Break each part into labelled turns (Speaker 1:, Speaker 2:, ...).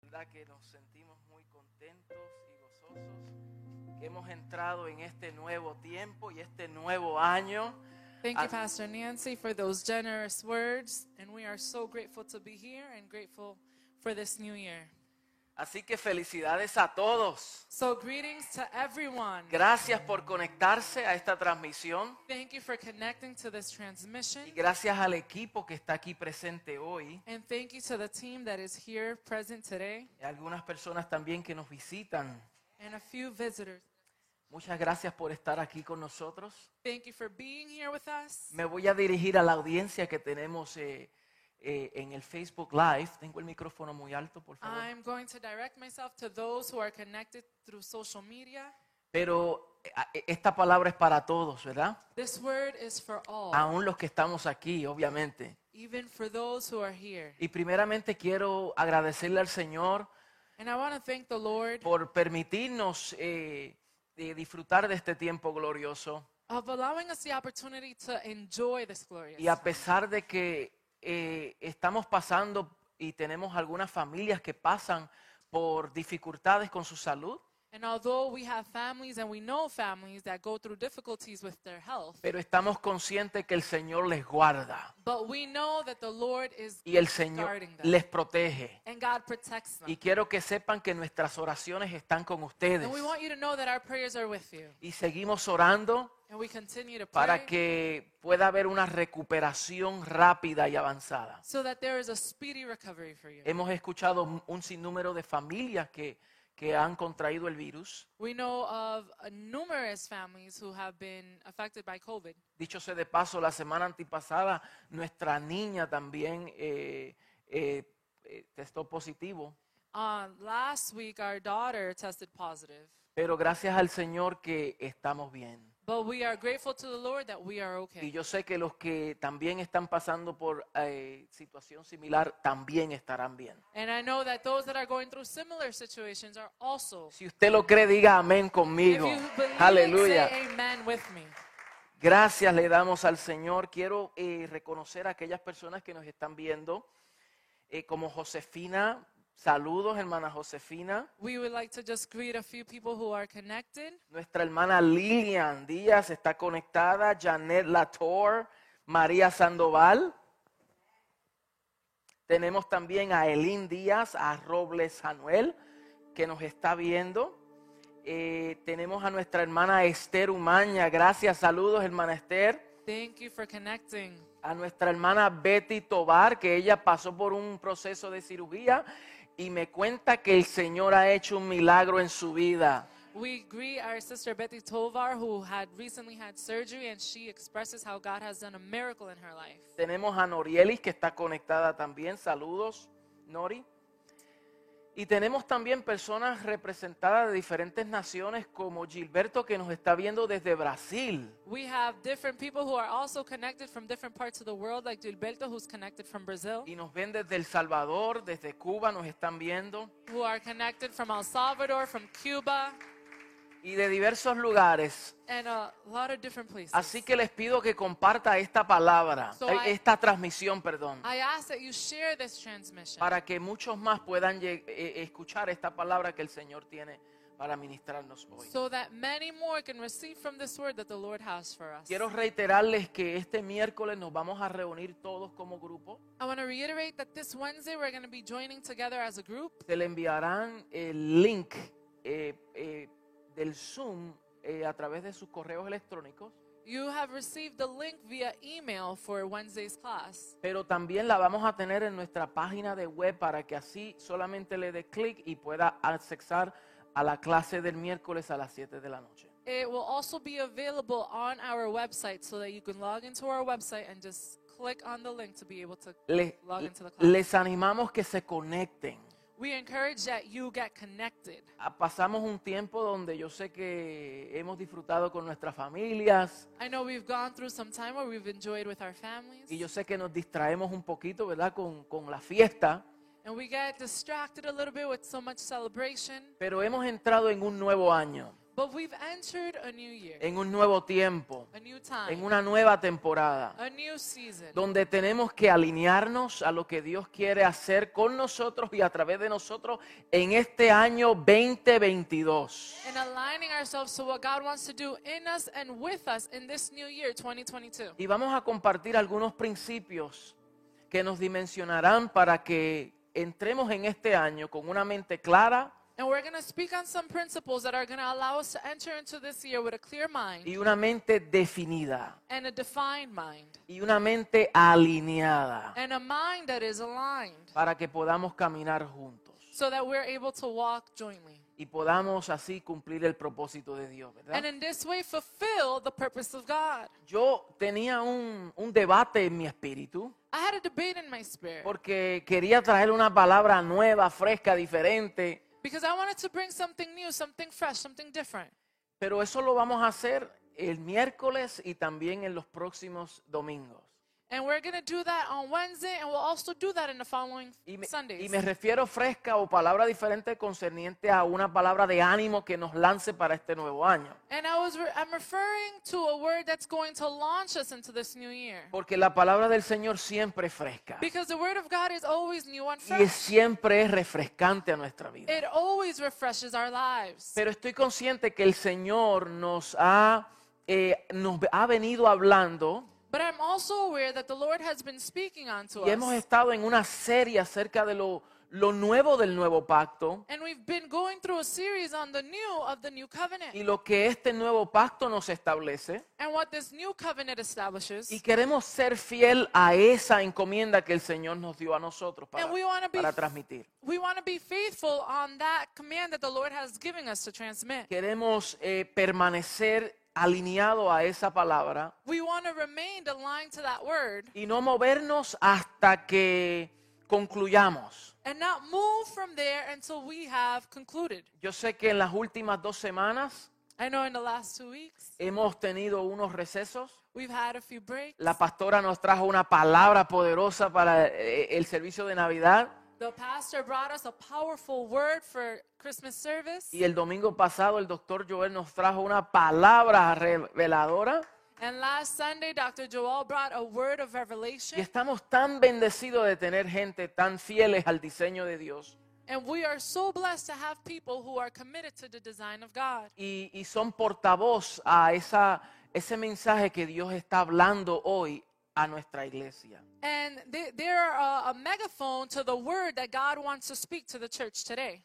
Speaker 1: verdad que nos sentimos muy contentos y gozosos que hemos entrado en este nuevo tiempo y este nuevo año.
Speaker 2: Thank you,
Speaker 1: Ah.
Speaker 2: Pastor Nancy, for those generous words. And we are so grateful to be here and grateful for this new year.
Speaker 1: Así que felicidades a todos.
Speaker 2: So, greetings to everyone.
Speaker 1: Gracias por conectarse a esta transmisión
Speaker 2: Thank you for connecting to this transmission.
Speaker 1: y gracias al equipo que está aquí presente hoy.
Speaker 2: And thank you to the team that is here present today
Speaker 1: y Algunas personas también que nos visitan.
Speaker 2: and a few visitors.
Speaker 1: Muchas gracias por estar aquí con nosotros.
Speaker 2: Thank you for being here with us.
Speaker 1: Me voy a dirigir a la audiencia que tenemos eh, eh, en el Facebook Live. Tengo el micrófono muy alto, por favor.
Speaker 2: I'm going to direct myself to those who are connected through social media.
Speaker 1: Pero eh, a- eh, esta palabra es para todos, ¿verdad?
Speaker 2: This word is for all,
Speaker 1: Aún los que estamos aquí, obviamente.
Speaker 2: even for those who are here.
Speaker 1: Y primeramente quiero agradecerle al Señor
Speaker 2: And I want to thank the Lord
Speaker 1: por permitirnos eh, eh, disfrutar de este tiempo glorioso.
Speaker 2: of allowing us the opportunity to enjoy this glorious.
Speaker 1: Y a
Speaker 2: time.
Speaker 1: pesar de que eh, estamos pasando y tenemos algunas familias que pasan por dificultades con su salud,
Speaker 2: And although we have families and we know families that go through difficulties with their health,
Speaker 1: pero estamos conscientes que el Señor les guarda
Speaker 2: but we know that the Lord is
Speaker 1: y el Señor
Speaker 2: guarding them
Speaker 1: les protege.
Speaker 2: and God protects them.
Speaker 1: Y quiero que sepan que nuestras oraciones están con ustedes.
Speaker 2: And we want you to know that our prayers are with you.
Speaker 1: Y seguimos orando
Speaker 2: And we continue to pray
Speaker 1: para que pueda haber una recuperación rápida y avanzada.
Speaker 2: so that there is a speedy recovery for you.
Speaker 1: Hemos escuchado un sinnúmero de familias que, que han contraído el virus.
Speaker 2: We know of uh, numerous families who have been affected by COVID.
Speaker 1: Dicho sea de paso, la semana antipasada nuestra niña también eh, eh, eh, testó positivo,
Speaker 2: Uh, last week, our daughter tested positive,
Speaker 1: pero gracias al Señor que estamos bien.
Speaker 2: but we are grateful to the Lord that we are okay.
Speaker 1: Y yo sé que los que también están pasando por eh, situación similar también estarán bien.
Speaker 2: And I know that those that are going through similar situations are also.
Speaker 1: Si usted lo cree, diga amén
Speaker 2: If
Speaker 1: conmigo.
Speaker 2: you believe
Speaker 1: Aleluya.
Speaker 2: it, say amen with me.
Speaker 1: Gracias le damos al Señor. Quiero eh, reconocer a aquellas personas que nos están viendo, eh, como Josefina. Saludos, hermana Josefina.
Speaker 2: We would like to just greet a few people who are connected.
Speaker 1: Nuestra hermana Lilian Díaz está conectada. Janet Lator, María Sandoval. Tenemos también a Elín Díaz, a Robles Januel, que nos está viendo. Eh, tenemos a nuestra hermana Esther Umaña. Gracias, saludos, hermana Esther.
Speaker 2: Thank you for connecting.
Speaker 1: a nuestra hermana Betty Tobar, que ella pasó por un proceso de cirugía y me cuenta que el Señor ha hecho un milagro en su vida.
Speaker 2: We greet our sister Betty Tovar, who had recently had surgery, and she expresses how God has done a miracle in her life.
Speaker 1: Tenemos a Norielis, que está conectada también. Saludos, Nori. Y tenemos también personas representadas de diferentes naciones, como Gilberto, que nos está viendo desde Brasil.
Speaker 2: We have different people who are also connected from different parts of the world, like Gilberto, who's connected from Brazil,
Speaker 1: Y nos ven desde El Salvador, desde Cuba, nos están viendo.
Speaker 2: who are connected from El Salvador, from Cuba,
Speaker 1: Y de diversos lugares.
Speaker 2: and a lot of different places.
Speaker 1: Así que les pido que comparta esta palabra,
Speaker 2: So
Speaker 1: eh,
Speaker 2: I-
Speaker 1: esta transmisión, perdón,
Speaker 2: I ask that you share this transmission
Speaker 1: para que muchos más puedan lleg- eh, escuchar esta palabra que el Señor tiene para ministrarnos hoy.
Speaker 2: so that many more can receive from this word that the Lord has for us.
Speaker 1: Quiero reiterarles que este miércoles nos vamos a reunir todos como grupo.
Speaker 2: I want to reiterate that this Wednesday we're going to be joining together as a group.
Speaker 1: Se le enviarán el link eh, eh, del Zoom eh, a través de sus correos electrónicos,
Speaker 2: You have received the link via email for Wednesday's class,
Speaker 1: pero también la vamos a tener en nuestra página de web para que así solamente le dé clic y pueda accesar a la clase del miércoles a las 7 de la noche.
Speaker 2: it will also be available on our website so that you can log into our website and just click on the link to be able to
Speaker 1: Le-
Speaker 2: log into the class.
Speaker 1: les animamos que se conecten.
Speaker 2: we encourage that you get connected.
Speaker 1: Ah, Pasamos un tiempo donde yo sé que hemos disfrutado con nuestras familias
Speaker 2: I know we've gone through some time where we've enjoyed with our families,
Speaker 1: y yo sé que nos distraemos un poquito, ¿verdad? Con, con la fiesta,
Speaker 2: and we get distracted a little bit with so much celebration.
Speaker 1: pero hemos entrado en un nuevo año.
Speaker 2: But we've entered a new year,
Speaker 1: en un nuevo tiempo,
Speaker 2: a new time,
Speaker 1: en una nueva temporada,
Speaker 2: a new season,
Speaker 1: donde tenemos que alinearnos a lo que Dios quiere hacer con nosotros y a través de nosotros en este año 2022.
Speaker 2: and aligning ourselves to what God wants to do in us and with us in this new year, 2022.
Speaker 1: Y vamos a compartir algunos principios que nos dimensionarán para que entremos en este año con una mente clara
Speaker 2: And we're going to speak on some principles that are going to allow us to enter into this year with a clear mind
Speaker 1: y una mente definida
Speaker 2: and a defined mind
Speaker 1: y una mente alineada
Speaker 2: and a mind that is aligned
Speaker 1: para que podamos caminar juntos
Speaker 2: so that we're able to walk jointly.
Speaker 1: y podamos así cumplir el propósito de Dios,
Speaker 2: And
Speaker 1: ¿verdad?
Speaker 2: in this way, fulfill the purpose of God.
Speaker 1: Yo tenía un, un debate en mi espíritu
Speaker 2: I had a debate in my spirit
Speaker 1: porque quería traer una palabra nueva, fresca, diferente,
Speaker 2: because I wanted to bring something new, something fresh, something different.
Speaker 1: pero eso lo vamos a hacer el miércoles y también en los próximos domingos.
Speaker 2: And we're going to do that on Wednesday, and we'll also do that in the following
Speaker 1: Y me, y
Speaker 2: Sundays.
Speaker 1: me refiero fresca o palabra diferente concerniente a una palabra de ánimo que nos lance para este nuevo año.
Speaker 2: And I was re- I'm referring to a word that's going to launch us into this new year.
Speaker 1: Porque la palabra del Señor siempre es fresca.
Speaker 2: Because the word of God is always new and
Speaker 1: Y es-
Speaker 2: fresh.
Speaker 1: siempre es refrescante a nuestra vida.
Speaker 2: It always refreshes our lives.
Speaker 1: Pero estoy consciente que el Señor nos ha, eh, nos ha venido hablando
Speaker 2: But I'm also aware that the Lord has been speaking unto
Speaker 1: y hemos
Speaker 2: us.
Speaker 1: estado en una serie acerca de lo, lo nuevo del nuevo pacto
Speaker 2: And we've been going through a series on the new of the new covenant
Speaker 1: y lo que este nuevo pacto nos establece.
Speaker 2: and what this new covenant establishes.
Speaker 1: Y queremos ser fiel a esa encomienda que el Señor nos dio a nosotros para,
Speaker 2: And we wanna be-
Speaker 1: para transmitir.
Speaker 2: We want to be faithful on that command that the Lord has given us to transmit.
Speaker 1: Queremos eh, permanecer alineado a esa palabra
Speaker 2: We want to remain aligned to that word
Speaker 1: y no movernos hasta que concluyamos.
Speaker 2: and not move from there until we have concluded.
Speaker 1: Yo sé que en las últimas dos semanas
Speaker 2: I know in the last two weeks,
Speaker 1: hemos tenido unos recesos.
Speaker 2: we've had a few breaks.
Speaker 1: La pastora nos trajo una palabra poderosa para eh, el servicio de Navidad
Speaker 2: The pastor brought us a powerful word for Christmas service.
Speaker 1: y el domingo pasado el doctor Joel nos trajo una palabra reveladora
Speaker 2: And last Sunday, Dr. Joel brought a word of revelation.
Speaker 1: y estamos tan bendecidos de tener gente tan fieles al diseño de Dios
Speaker 2: And we are so blessed to have people who are committed to the design of God.
Speaker 1: y, y son portavoz a esa, ese mensaje que Dios está hablando hoy a nuestra iglesia.
Speaker 2: And they, they're a, a megaphone to the word that God wants to speak to the church today.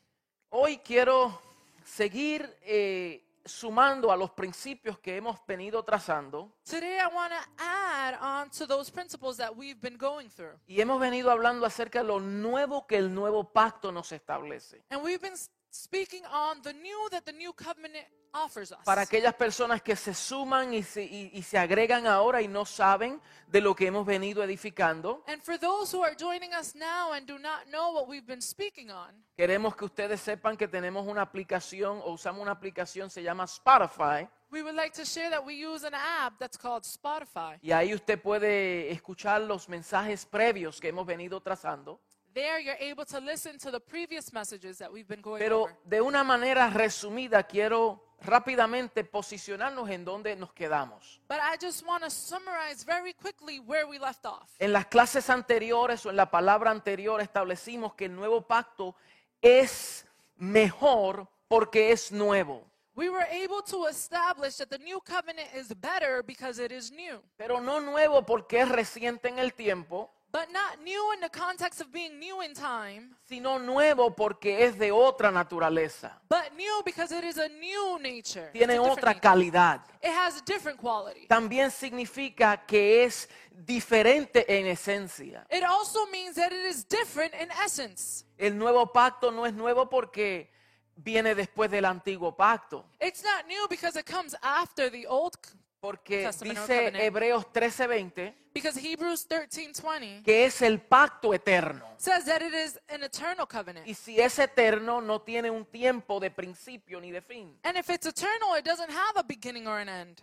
Speaker 1: Hoy quiero seguir eh, sumando a los principios que hemos venido trazando
Speaker 2: Today, I want to add on to those principles that we've been going through.
Speaker 1: y hemos venido hablando acerca de lo nuevo que el nuevo pacto nos establece.
Speaker 2: And we've been s- speaking on the new that the new covenant offers us.
Speaker 1: Para aquellas personas que se suman y se, y- y se agregan ahora y no saben de lo que hemos venido edificando,
Speaker 2: And for those who are joining us now and do not know what we've been speaking on,
Speaker 1: queremos que ustedes sepan que tenemos una aplicación o usamos una aplicación, se llama Spotify,
Speaker 2: we would like to share that we use an app that's called Spotify.
Speaker 1: y ahí usted puede escuchar los mensajes previos que hemos venido trazando.
Speaker 2: There you're able to listen to the previous messages that we've been going
Speaker 1: Pero
Speaker 2: over.
Speaker 1: de una manera resumida quiero rápidamente posicionarnos en donde nos quedamos.
Speaker 2: But I just want to summarize very quickly where we left off.
Speaker 1: En las clases anteriores o en la palabra anterior establecimos que el nuevo pacto es mejor porque es nuevo.
Speaker 2: We were able to establish that the new covenant is better because it is new,
Speaker 1: Pero no nuevo porque es reciente en el tiempo,
Speaker 2: but not new in the context of being new in time,
Speaker 1: sino nuevo porque es de otra naturaleza.
Speaker 2: but new because it is a new nature. It's a
Speaker 1: Tiene
Speaker 2: different
Speaker 1: otra
Speaker 2: nature.
Speaker 1: calidad.
Speaker 2: It has a different quality.
Speaker 1: También significa que es diferente en esencia.
Speaker 2: It also means that it is different in essence.
Speaker 1: El nuevo pacto no es nuevo porque viene después del antiguo pacto.
Speaker 2: It's not new because it comes after the old, c-
Speaker 1: Porque
Speaker 2: Testament, Old
Speaker 1: dice
Speaker 2: Covenant.
Speaker 1: Hebreos 13:20
Speaker 2: because Hebrews 13:20
Speaker 1: que es el pacto eterno.
Speaker 2: says that it is an eternal covenant.
Speaker 1: Y si es eterno, no tiene un tiempo de principio ni de fin.
Speaker 2: And if it's eternal, it doesn't have a beginning or an end.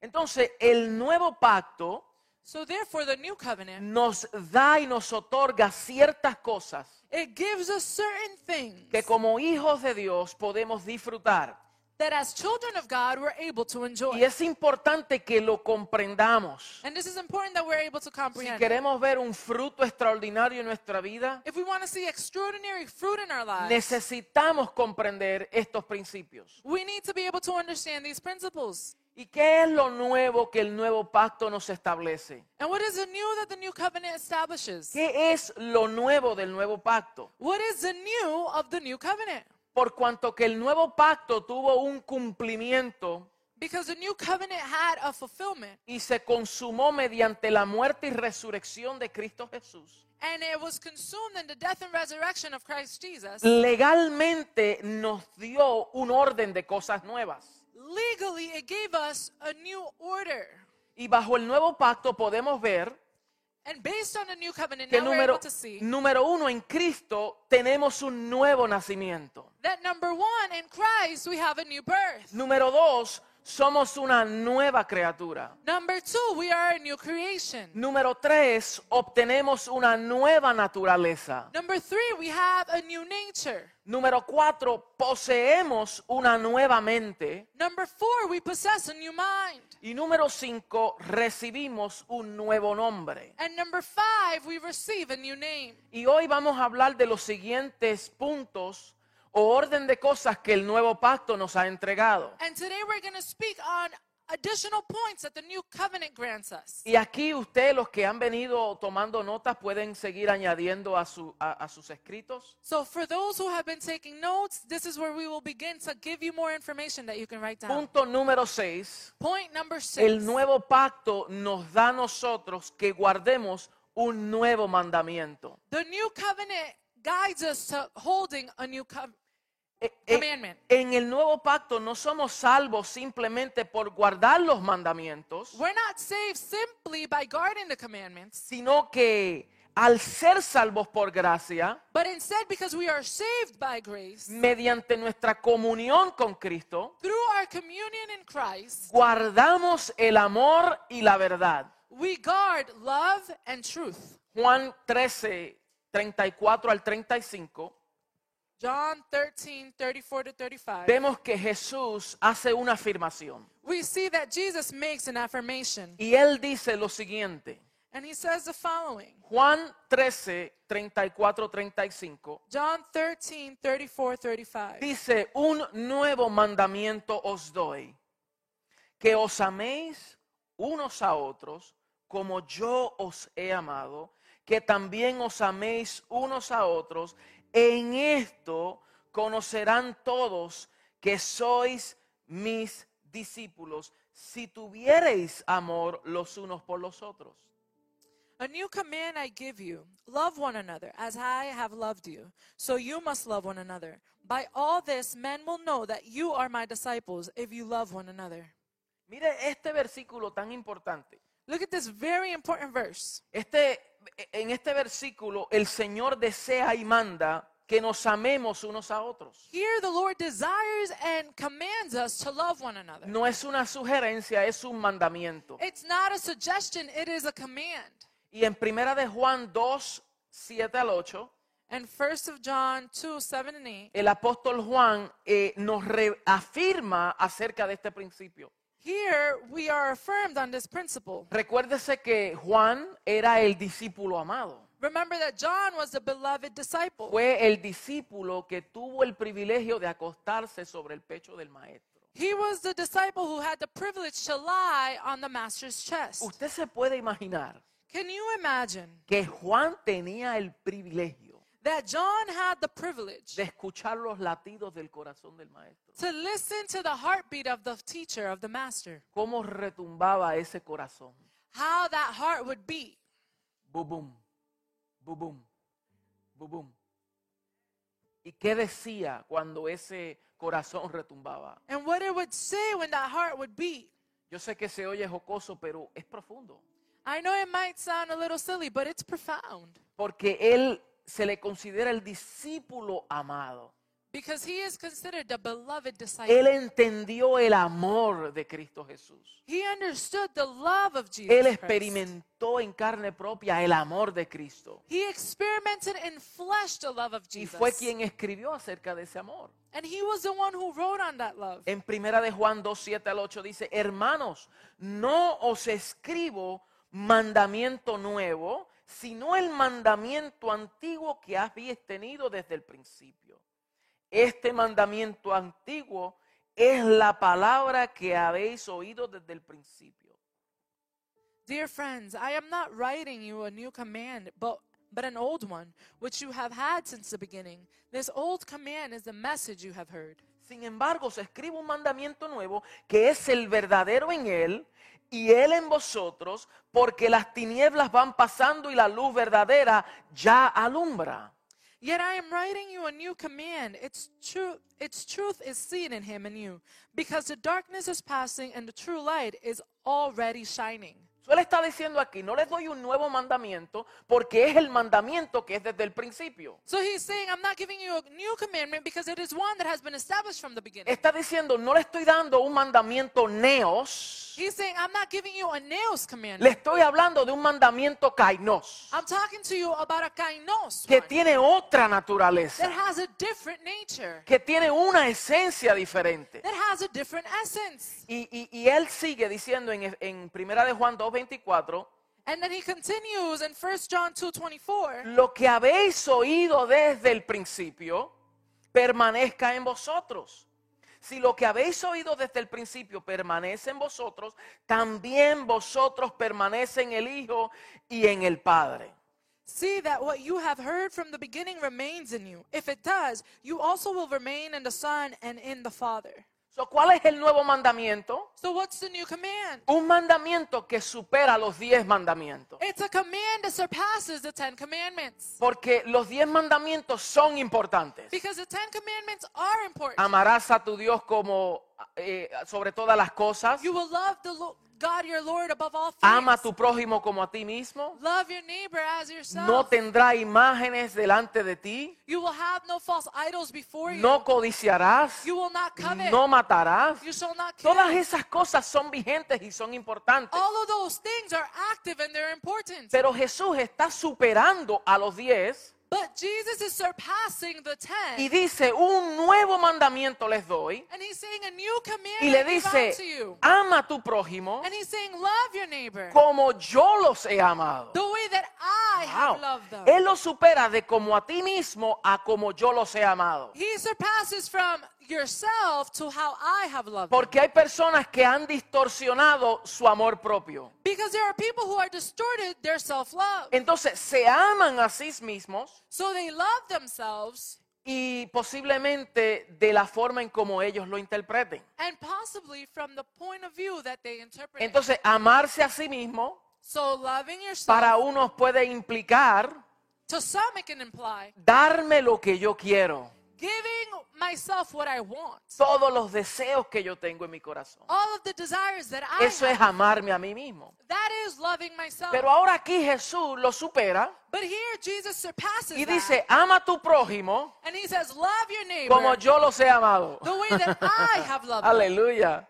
Speaker 1: Entonces, el nuevo pacto
Speaker 2: So therefore, the new covenant,
Speaker 1: nos da y nos otorga ciertas cosas
Speaker 2: it gives us certain things
Speaker 1: que como hijos de Dios podemos disfrutar.
Speaker 2: that as children of God, we're able to enjoy.
Speaker 1: Y es importante que lo comprendamos.
Speaker 2: And this is important that we're able
Speaker 1: Si
Speaker 2: to comprehend.
Speaker 1: queremos ver un fruto extraordinario en nuestra vida,
Speaker 2: If we want to see extraordinary fruit in our lives,
Speaker 1: necesitamos comprender estos principios.
Speaker 2: we need to be able to understand these principles.
Speaker 1: ¿Y qué es lo nuevo que el nuevo pacto nos establece?
Speaker 2: And what is the new that the new covenant establishes?
Speaker 1: ¿Qué es lo nuevo del nuevo pacto?
Speaker 2: What is the new of the new covenant?
Speaker 1: Por cuanto que el nuevo pacto tuvo un cumplimiento
Speaker 2: Because the new covenant had a fulfillment,
Speaker 1: y se consumó mediante la muerte y resurrección de Cristo Jesús,
Speaker 2: and it was consumed in the death and resurrection of Christ Jesus.
Speaker 1: legalmente nos dio un orden de cosas nuevas.
Speaker 2: Legally, it gave us a new order.
Speaker 1: Y bajo el nuevo pacto podemos ver
Speaker 2: And based on the new covenant,
Speaker 1: que
Speaker 2: now we're
Speaker 1: número,
Speaker 2: able to see
Speaker 1: número uno, en Cristo tenemos un nuevo nacimiento.
Speaker 2: that number one, in Christ, we have a new birth.
Speaker 1: Número dos, somos una nueva criatura.
Speaker 2: Number two, we are a new creation.
Speaker 1: Número tres, obtenemos una nueva naturaleza.
Speaker 2: Number three, we have a new nature.
Speaker 1: Número cuatro, poseemos una nueva mente.
Speaker 2: Number four, we possess a new mind.
Speaker 1: Y número cinco, recibimos un nuevo nombre.
Speaker 2: And number five, we receive a new name.
Speaker 1: Y hoy vamos a hablar de los siguientes puntos o orden de cosas que el nuevo pacto nos ha entregado.
Speaker 2: And today we're going to speak on additional points that the new covenant grants us.
Speaker 1: Y aquí ustedes, los que han venido tomando notas, pueden seguir añadiendo a, su- a- a sus escritos.
Speaker 2: So, for those who have been taking notes, this is where we will begin to give you more information that you can write down.
Speaker 1: Punto número 6.
Speaker 2: Point number six
Speaker 1: El nuevo pacto nos da a nosotros que guardemos un nuevo mandamiento.
Speaker 2: the new covenant guides us to holding a new covenant.
Speaker 1: Eh, eh,
Speaker 2: Commandment.
Speaker 1: en el nuevo pacto no somos salvos simplemente por guardar los mandamientos,
Speaker 2: We're not saved simply by guarding the commandments,
Speaker 1: sino que al ser salvos por gracia,
Speaker 2: but instead because we are saved by grace
Speaker 1: mediante nuestra comunión con Cristo,
Speaker 2: through our communion in Christ,
Speaker 1: guardamos el amor y la verdad.
Speaker 2: we guard love and truth.
Speaker 1: Juan 13, 34 al 35,
Speaker 2: John 13, 34 to 35.
Speaker 1: vemos que Jesús hace una afirmación.
Speaker 2: we see that Jesus makes an affirmation.
Speaker 1: Y él dice lo siguiente,
Speaker 2: And he says the following
Speaker 1: Juan 13, 34, 35,
Speaker 2: John 13, 34, 35.
Speaker 1: dice, un nuevo mandamiento os doy, que os améis unos a otros como yo os he amado, que también os améis unos a otros, en esto conocerán todos que sois mis discípulos, si tuviereis amor los unos por los otros.
Speaker 2: A new command I give you love one another as I have loved you. So you must love one another. By all this, men will know that you are my disciples if you love one another.
Speaker 1: Mire este versículo tan importante.
Speaker 2: Look at this very important verse.
Speaker 1: Este, en este versículo, el Señor desea y manda que nos amemos unos a otros.
Speaker 2: Here, the Lord desires and commands us to love one another.
Speaker 1: No es una sugerencia, es un mandamiento.
Speaker 2: It's not a suggestion, it is a command.
Speaker 1: Y en primera de Juan 2, 7 al 8,
Speaker 2: And 1st of John 2, 7 and 8.
Speaker 1: el apóstol Juan eh, nos reafirma acerca de este principio.
Speaker 2: Here we are affirmed on this principle.
Speaker 1: Recuérdese que Juan era el discípulo amado.
Speaker 2: Remember that John was the beloved disciple.
Speaker 1: Fue el discípulo que tuvo el privilegio de acostarse sobre el pecho del maestro.
Speaker 2: He was the disciple who had the privilege to lie on the master's chest.
Speaker 1: Usted se puede imaginar
Speaker 2: Can you imagine
Speaker 1: que Juan tenía el privilegio
Speaker 2: that John had the privilege
Speaker 1: de escuchar los latidos del corazón del maestro.
Speaker 2: to listen to the heartbeat of the teacher, of the master?
Speaker 1: Cómo retumbaba ese corazón.
Speaker 2: How that heart would beat.
Speaker 1: Bubum, bubum, bubum. ¿Y qué decía cuando ese corazón retumbaba?
Speaker 2: And what it would say when that heart would beat.
Speaker 1: Yo sé que se oye jocoso, pero es profundo.
Speaker 2: I know it might sound a little silly, but it's profound
Speaker 1: Porque él se le considera el discípulo amado.
Speaker 2: because he is considered the beloved disciple.
Speaker 1: Él entendió el amor de Cristo Jesús.
Speaker 2: He understood the love of Jesus.
Speaker 1: Él
Speaker 2: Christ.
Speaker 1: experimentó en carne propia el amor de Cristo.
Speaker 2: He experimented in flesh the love of
Speaker 1: Y
Speaker 2: Jesus.
Speaker 1: fue quien escribió acerca de ese amor.
Speaker 2: And he was the one who wrote on that love.
Speaker 1: En primera de Juan 2, 7 al 8 dice, hermanos, no os escribo mandamiento nuevo, sino el mandamiento antiguo que habéis tenido desde el principio. Este mandamiento antiguo es la palabra que habéis oído desde el principio.
Speaker 2: Dear friends, I am not writing you a new command, but but an old one, which you have had since the beginning. This old command is the message you have heard.
Speaker 1: Sin embargo, se escribe un mandamiento nuevo que es el verdadero en él y él en vosotros, porque las tinieblas van pasando y la luz verdadera ya alumbra.
Speaker 2: Yet I am writing you a new command. Its true its truth is seen in him and you, because the darkness is passing and the true light is already shining.
Speaker 1: So, Él está diciendo aquí, no les doy un nuevo mandamiento porque es el mandamiento que es desde el principio.
Speaker 2: So he's saying, I'm not giving you a new commandment because it is one that has been established from the beginning.
Speaker 1: Está diciendo, no le estoy dando un mandamiento neos,
Speaker 2: He's saying, I'm not giving you a nails
Speaker 1: le
Speaker 2: commandment.
Speaker 1: estoy hablando de un mandamiento kainos,
Speaker 2: I'm talking to you about a kainos
Speaker 1: que
Speaker 2: one
Speaker 1: tiene otra
Speaker 2: that
Speaker 1: naturaleza,
Speaker 2: has a different nature,
Speaker 1: que tiene una esencia diferente.
Speaker 2: that has a different essence.
Speaker 1: Y, y- y él sigue diciendo en, en Primera de Juan 2.24,
Speaker 2: And then he continues in 1 John 2.24,
Speaker 1: lo que habéis oído desde el principio permanezca en vosotros. Si lo que habéis oído desde el principio permanece en vosotros, también vosotros permanece en el Hijo y en el Padre.
Speaker 2: See that what you have heard from the beginning remains in you. If it does, you also will remain in the Son and in the Father.
Speaker 1: So, ¿Cuál es el nuevo mandamiento?
Speaker 2: So what's the new command?
Speaker 1: Un mandamiento que supera los diez mandamientos.
Speaker 2: It's a command that surpasses the Ten Commandments.
Speaker 1: Porque los diez mandamientos son importantes.
Speaker 2: Because the Ten Commandments are important.
Speaker 1: Amarás a tu Dios como eh, sobre todas las cosas.
Speaker 2: You will love the Lo- God your Lord above all things.
Speaker 1: Ama a tu prójimo como a ti mismo.
Speaker 2: Love your neighbor as yourself.
Speaker 1: No tendrá imágenes delante de ti.
Speaker 2: You will have no false idols before you.
Speaker 1: No codiciarás.
Speaker 2: You will not covet.
Speaker 1: No matarás.
Speaker 2: You shall not kill.
Speaker 1: Todas esas cosas son vigentes y son importantes.
Speaker 2: All of those things are active and they're important.
Speaker 1: Pero Jesús está superando a los diez
Speaker 2: But Jesus is surpassing the ten.
Speaker 1: y dice, un nuevo mandamiento les doy.
Speaker 2: And he's saying a new command
Speaker 1: Y le
Speaker 2: I give out to
Speaker 1: dice, "Ah,
Speaker 2: you.
Speaker 1: ama a tu prójimo
Speaker 2: And he's saying, love your neighbor
Speaker 1: como yo los he amado.
Speaker 2: the way that I
Speaker 1: Wow.
Speaker 2: have loved them.
Speaker 1: Él lo supera de como a ti mismo a como yo los he amado.
Speaker 2: he surpasses from yourself to how I have loved them.
Speaker 1: Porque hay personas que han distorsionado su amor propio.
Speaker 2: Because there are people who are distorted their self-love.
Speaker 1: Entonces se aman a sí mismos
Speaker 2: So they love themselves
Speaker 1: y posiblemente de la forma en como ellos lo interpreten.
Speaker 2: and possibly from the point of view that they interpret it.
Speaker 1: Entonces amarse a sí mismo
Speaker 2: So loving yourself,
Speaker 1: para unos puede implicar
Speaker 2: to some it can imply,
Speaker 1: darme lo que yo quiero,
Speaker 2: giving myself what I want.
Speaker 1: todos los deseos que yo tengo en mi corazón.
Speaker 2: All of the desires that I
Speaker 1: Eso
Speaker 2: have.
Speaker 1: es amarme a mí mismo.
Speaker 2: That is loving myself.
Speaker 1: Pero ahora aquí Jesús lo supera
Speaker 2: But here Jesus surpasses
Speaker 1: y
Speaker 2: that.
Speaker 1: dice, ama a tu prójimo
Speaker 2: and he says, love your neighbor
Speaker 1: como yo los he amado.
Speaker 2: the way that I have loved them.
Speaker 1: Aleluya.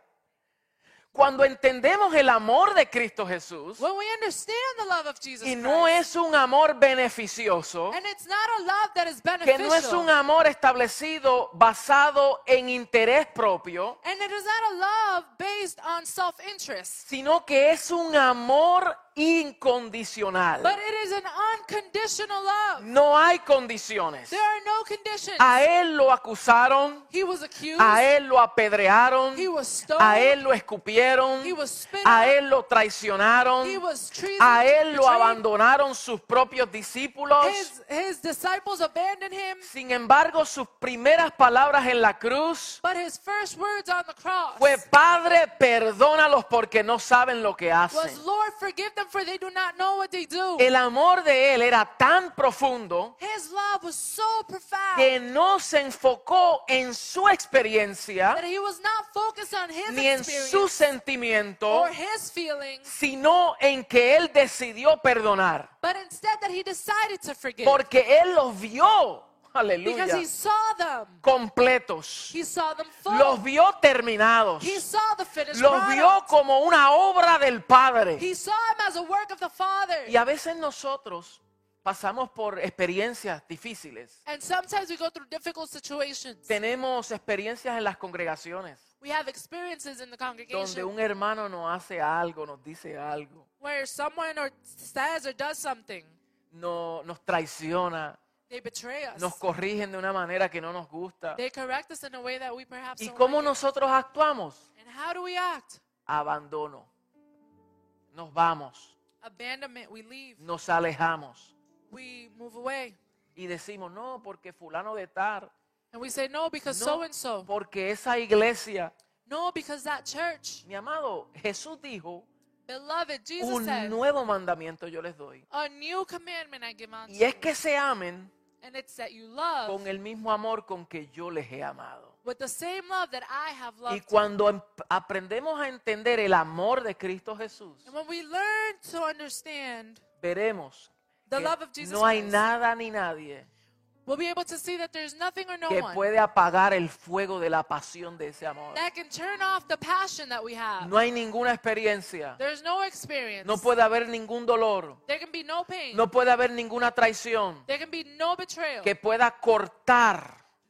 Speaker 1: Cuando entendemos el amor de Cristo Jesús,
Speaker 2: When we understand the love of Jesus
Speaker 1: y no
Speaker 2: Christ,
Speaker 1: es un amor beneficioso,
Speaker 2: and it's not a love that is
Speaker 1: que
Speaker 2: beneficial,
Speaker 1: no es un amor establecido basado en interés propio,
Speaker 2: and it is not a love based on self-interest,
Speaker 1: sino que es un amor incondicional.
Speaker 2: but it is an unconditional love.
Speaker 1: No hay condiciones.
Speaker 2: There are no conditions.
Speaker 1: A él lo acusaron,
Speaker 2: he was accused.
Speaker 1: a él lo apedrearon,
Speaker 2: he was stoned.
Speaker 1: a él lo escupieron,
Speaker 2: He was spit
Speaker 1: a
Speaker 2: on.
Speaker 1: él lo traicionaron,
Speaker 2: he was treason,
Speaker 1: a él lo
Speaker 2: betrayed.
Speaker 1: abandonaron sus propios discípulos.
Speaker 2: His, his disciples abandoned him,
Speaker 1: Sin embargo, sus primeras palabras en la cruz
Speaker 2: but his first words on the cross
Speaker 1: fue, Padre, perdónalos porque no saben lo que hacen.
Speaker 2: was, Lord, forgive them for they do not know what they do.
Speaker 1: El amor de él era tan profundo
Speaker 2: His love was so profound
Speaker 1: que no se enfocó en su
Speaker 2: that
Speaker 1: experiencia
Speaker 2: he was not focused on his
Speaker 1: ni en su
Speaker 2: experience
Speaker 1: sentimiento,
Speaker 2: or his feelings,
Speaker 1: sino en que él decidió perdonar,
Speaker 2: but instead that he decided to forgive
Speaker 1: porque él los vio.
Speaker 2: Because
Speaker 1: aleluya,
Speaker 2: he saw them.
Speaker 1: completos.
Speaker 2: He saw them full.
Speaker 1: Los vio terminados.
Speaker 2: he saw the finished
Speaker 1: Los
Speaker 2: product.
Speaker 1: vio como una obra del Padre.
Speaker 2: He saw him as a work of the Father.
Speaker 1: Y a veces nosotros pasamos por experiencias difíciles.
Speaker 2: And sometimes we go through difficult situations.
Speaker 1: Tenemos experiencias en las congregaciones
Speaker 2: We have experiences in the
Speaker 1: donde
Speaker 2: congregation
Speaker 1: un hermano nos hace algo, nos dice algo,
Speaker 2: where someone or says or does something.
Speaker 1: no, nos traiciona,
Speaker 2: They betray us.
Speaker 1: nos corrigen de una manera que no nos gusta.
Speaker 2: They correct us in a way that we perhaps
Speaker 1: ¿Y
Speaker 2: don't
Speaker 1: cómo
Speaker 2: like it.
Speaker 1: nosotros actuamos?
Speaker 2: And how do we act?
Speaker 1: Abandono. Nos vamos,
Speaker 2: Abandonment. We leave.
Speaker 1: nos alejamos
Speaker 2: We move away.
Speaker 1: y decimos, no, porque fulano de tal,
Speaker 2: And we say no because
Speaker 1: No.
Speaker 2: so and so.
Speaker 1: porque esa iglesia,
Speaker 2: No because that church.
Speaker 1: mi amado, Jesús dijo,
Speaker 2: Beloved, Jesus
Speaker 1: un
Speaker 2: said,
Speaker 1: nuevo mandamiento yo les doy.
Speaker 2: a new commandment I give unto
Speaker 1: Y es
Speaker 2: you,
Speaker 1: que se amen
Speaker 2: and it's that you love
Speaker 1: con el mismo amor con que yo les he amado.
Speaker 2: with the same love that I have loved.
Speaker 1: Y
Speaker 2: you."
Speaker 1: cuando em- aprendemos a entender el amor de Cristo Jesús,
Speaker 2: And when we learn to understand,
Speaker 1: veremos
Speaker 2: The
Speaker 1: que
Speaker 2: love of Jesus
Speaker 1: no hay
Speaker 2: Christ.
Speaker 1: nada ni nadie
Speaker 2: we'll be able to see that there's nothing or no
Speaker 1: que
Speaker 2: one
Speaker 1: puede apagar el fuego de la pasión de ese amor.
Speaker 2: that can turn off the passion that we have.
Speaker 1: No hay ninguna experiencia,
Speaker 2: There's no experience.
Speaker 1: no puede haber ningún dolor,
Speaker 2: there can be no pain.
Speaker 1: no puede haber ninguna traición
Speaker 2: there can be no betrayal
Speaker 1: que pueda cortar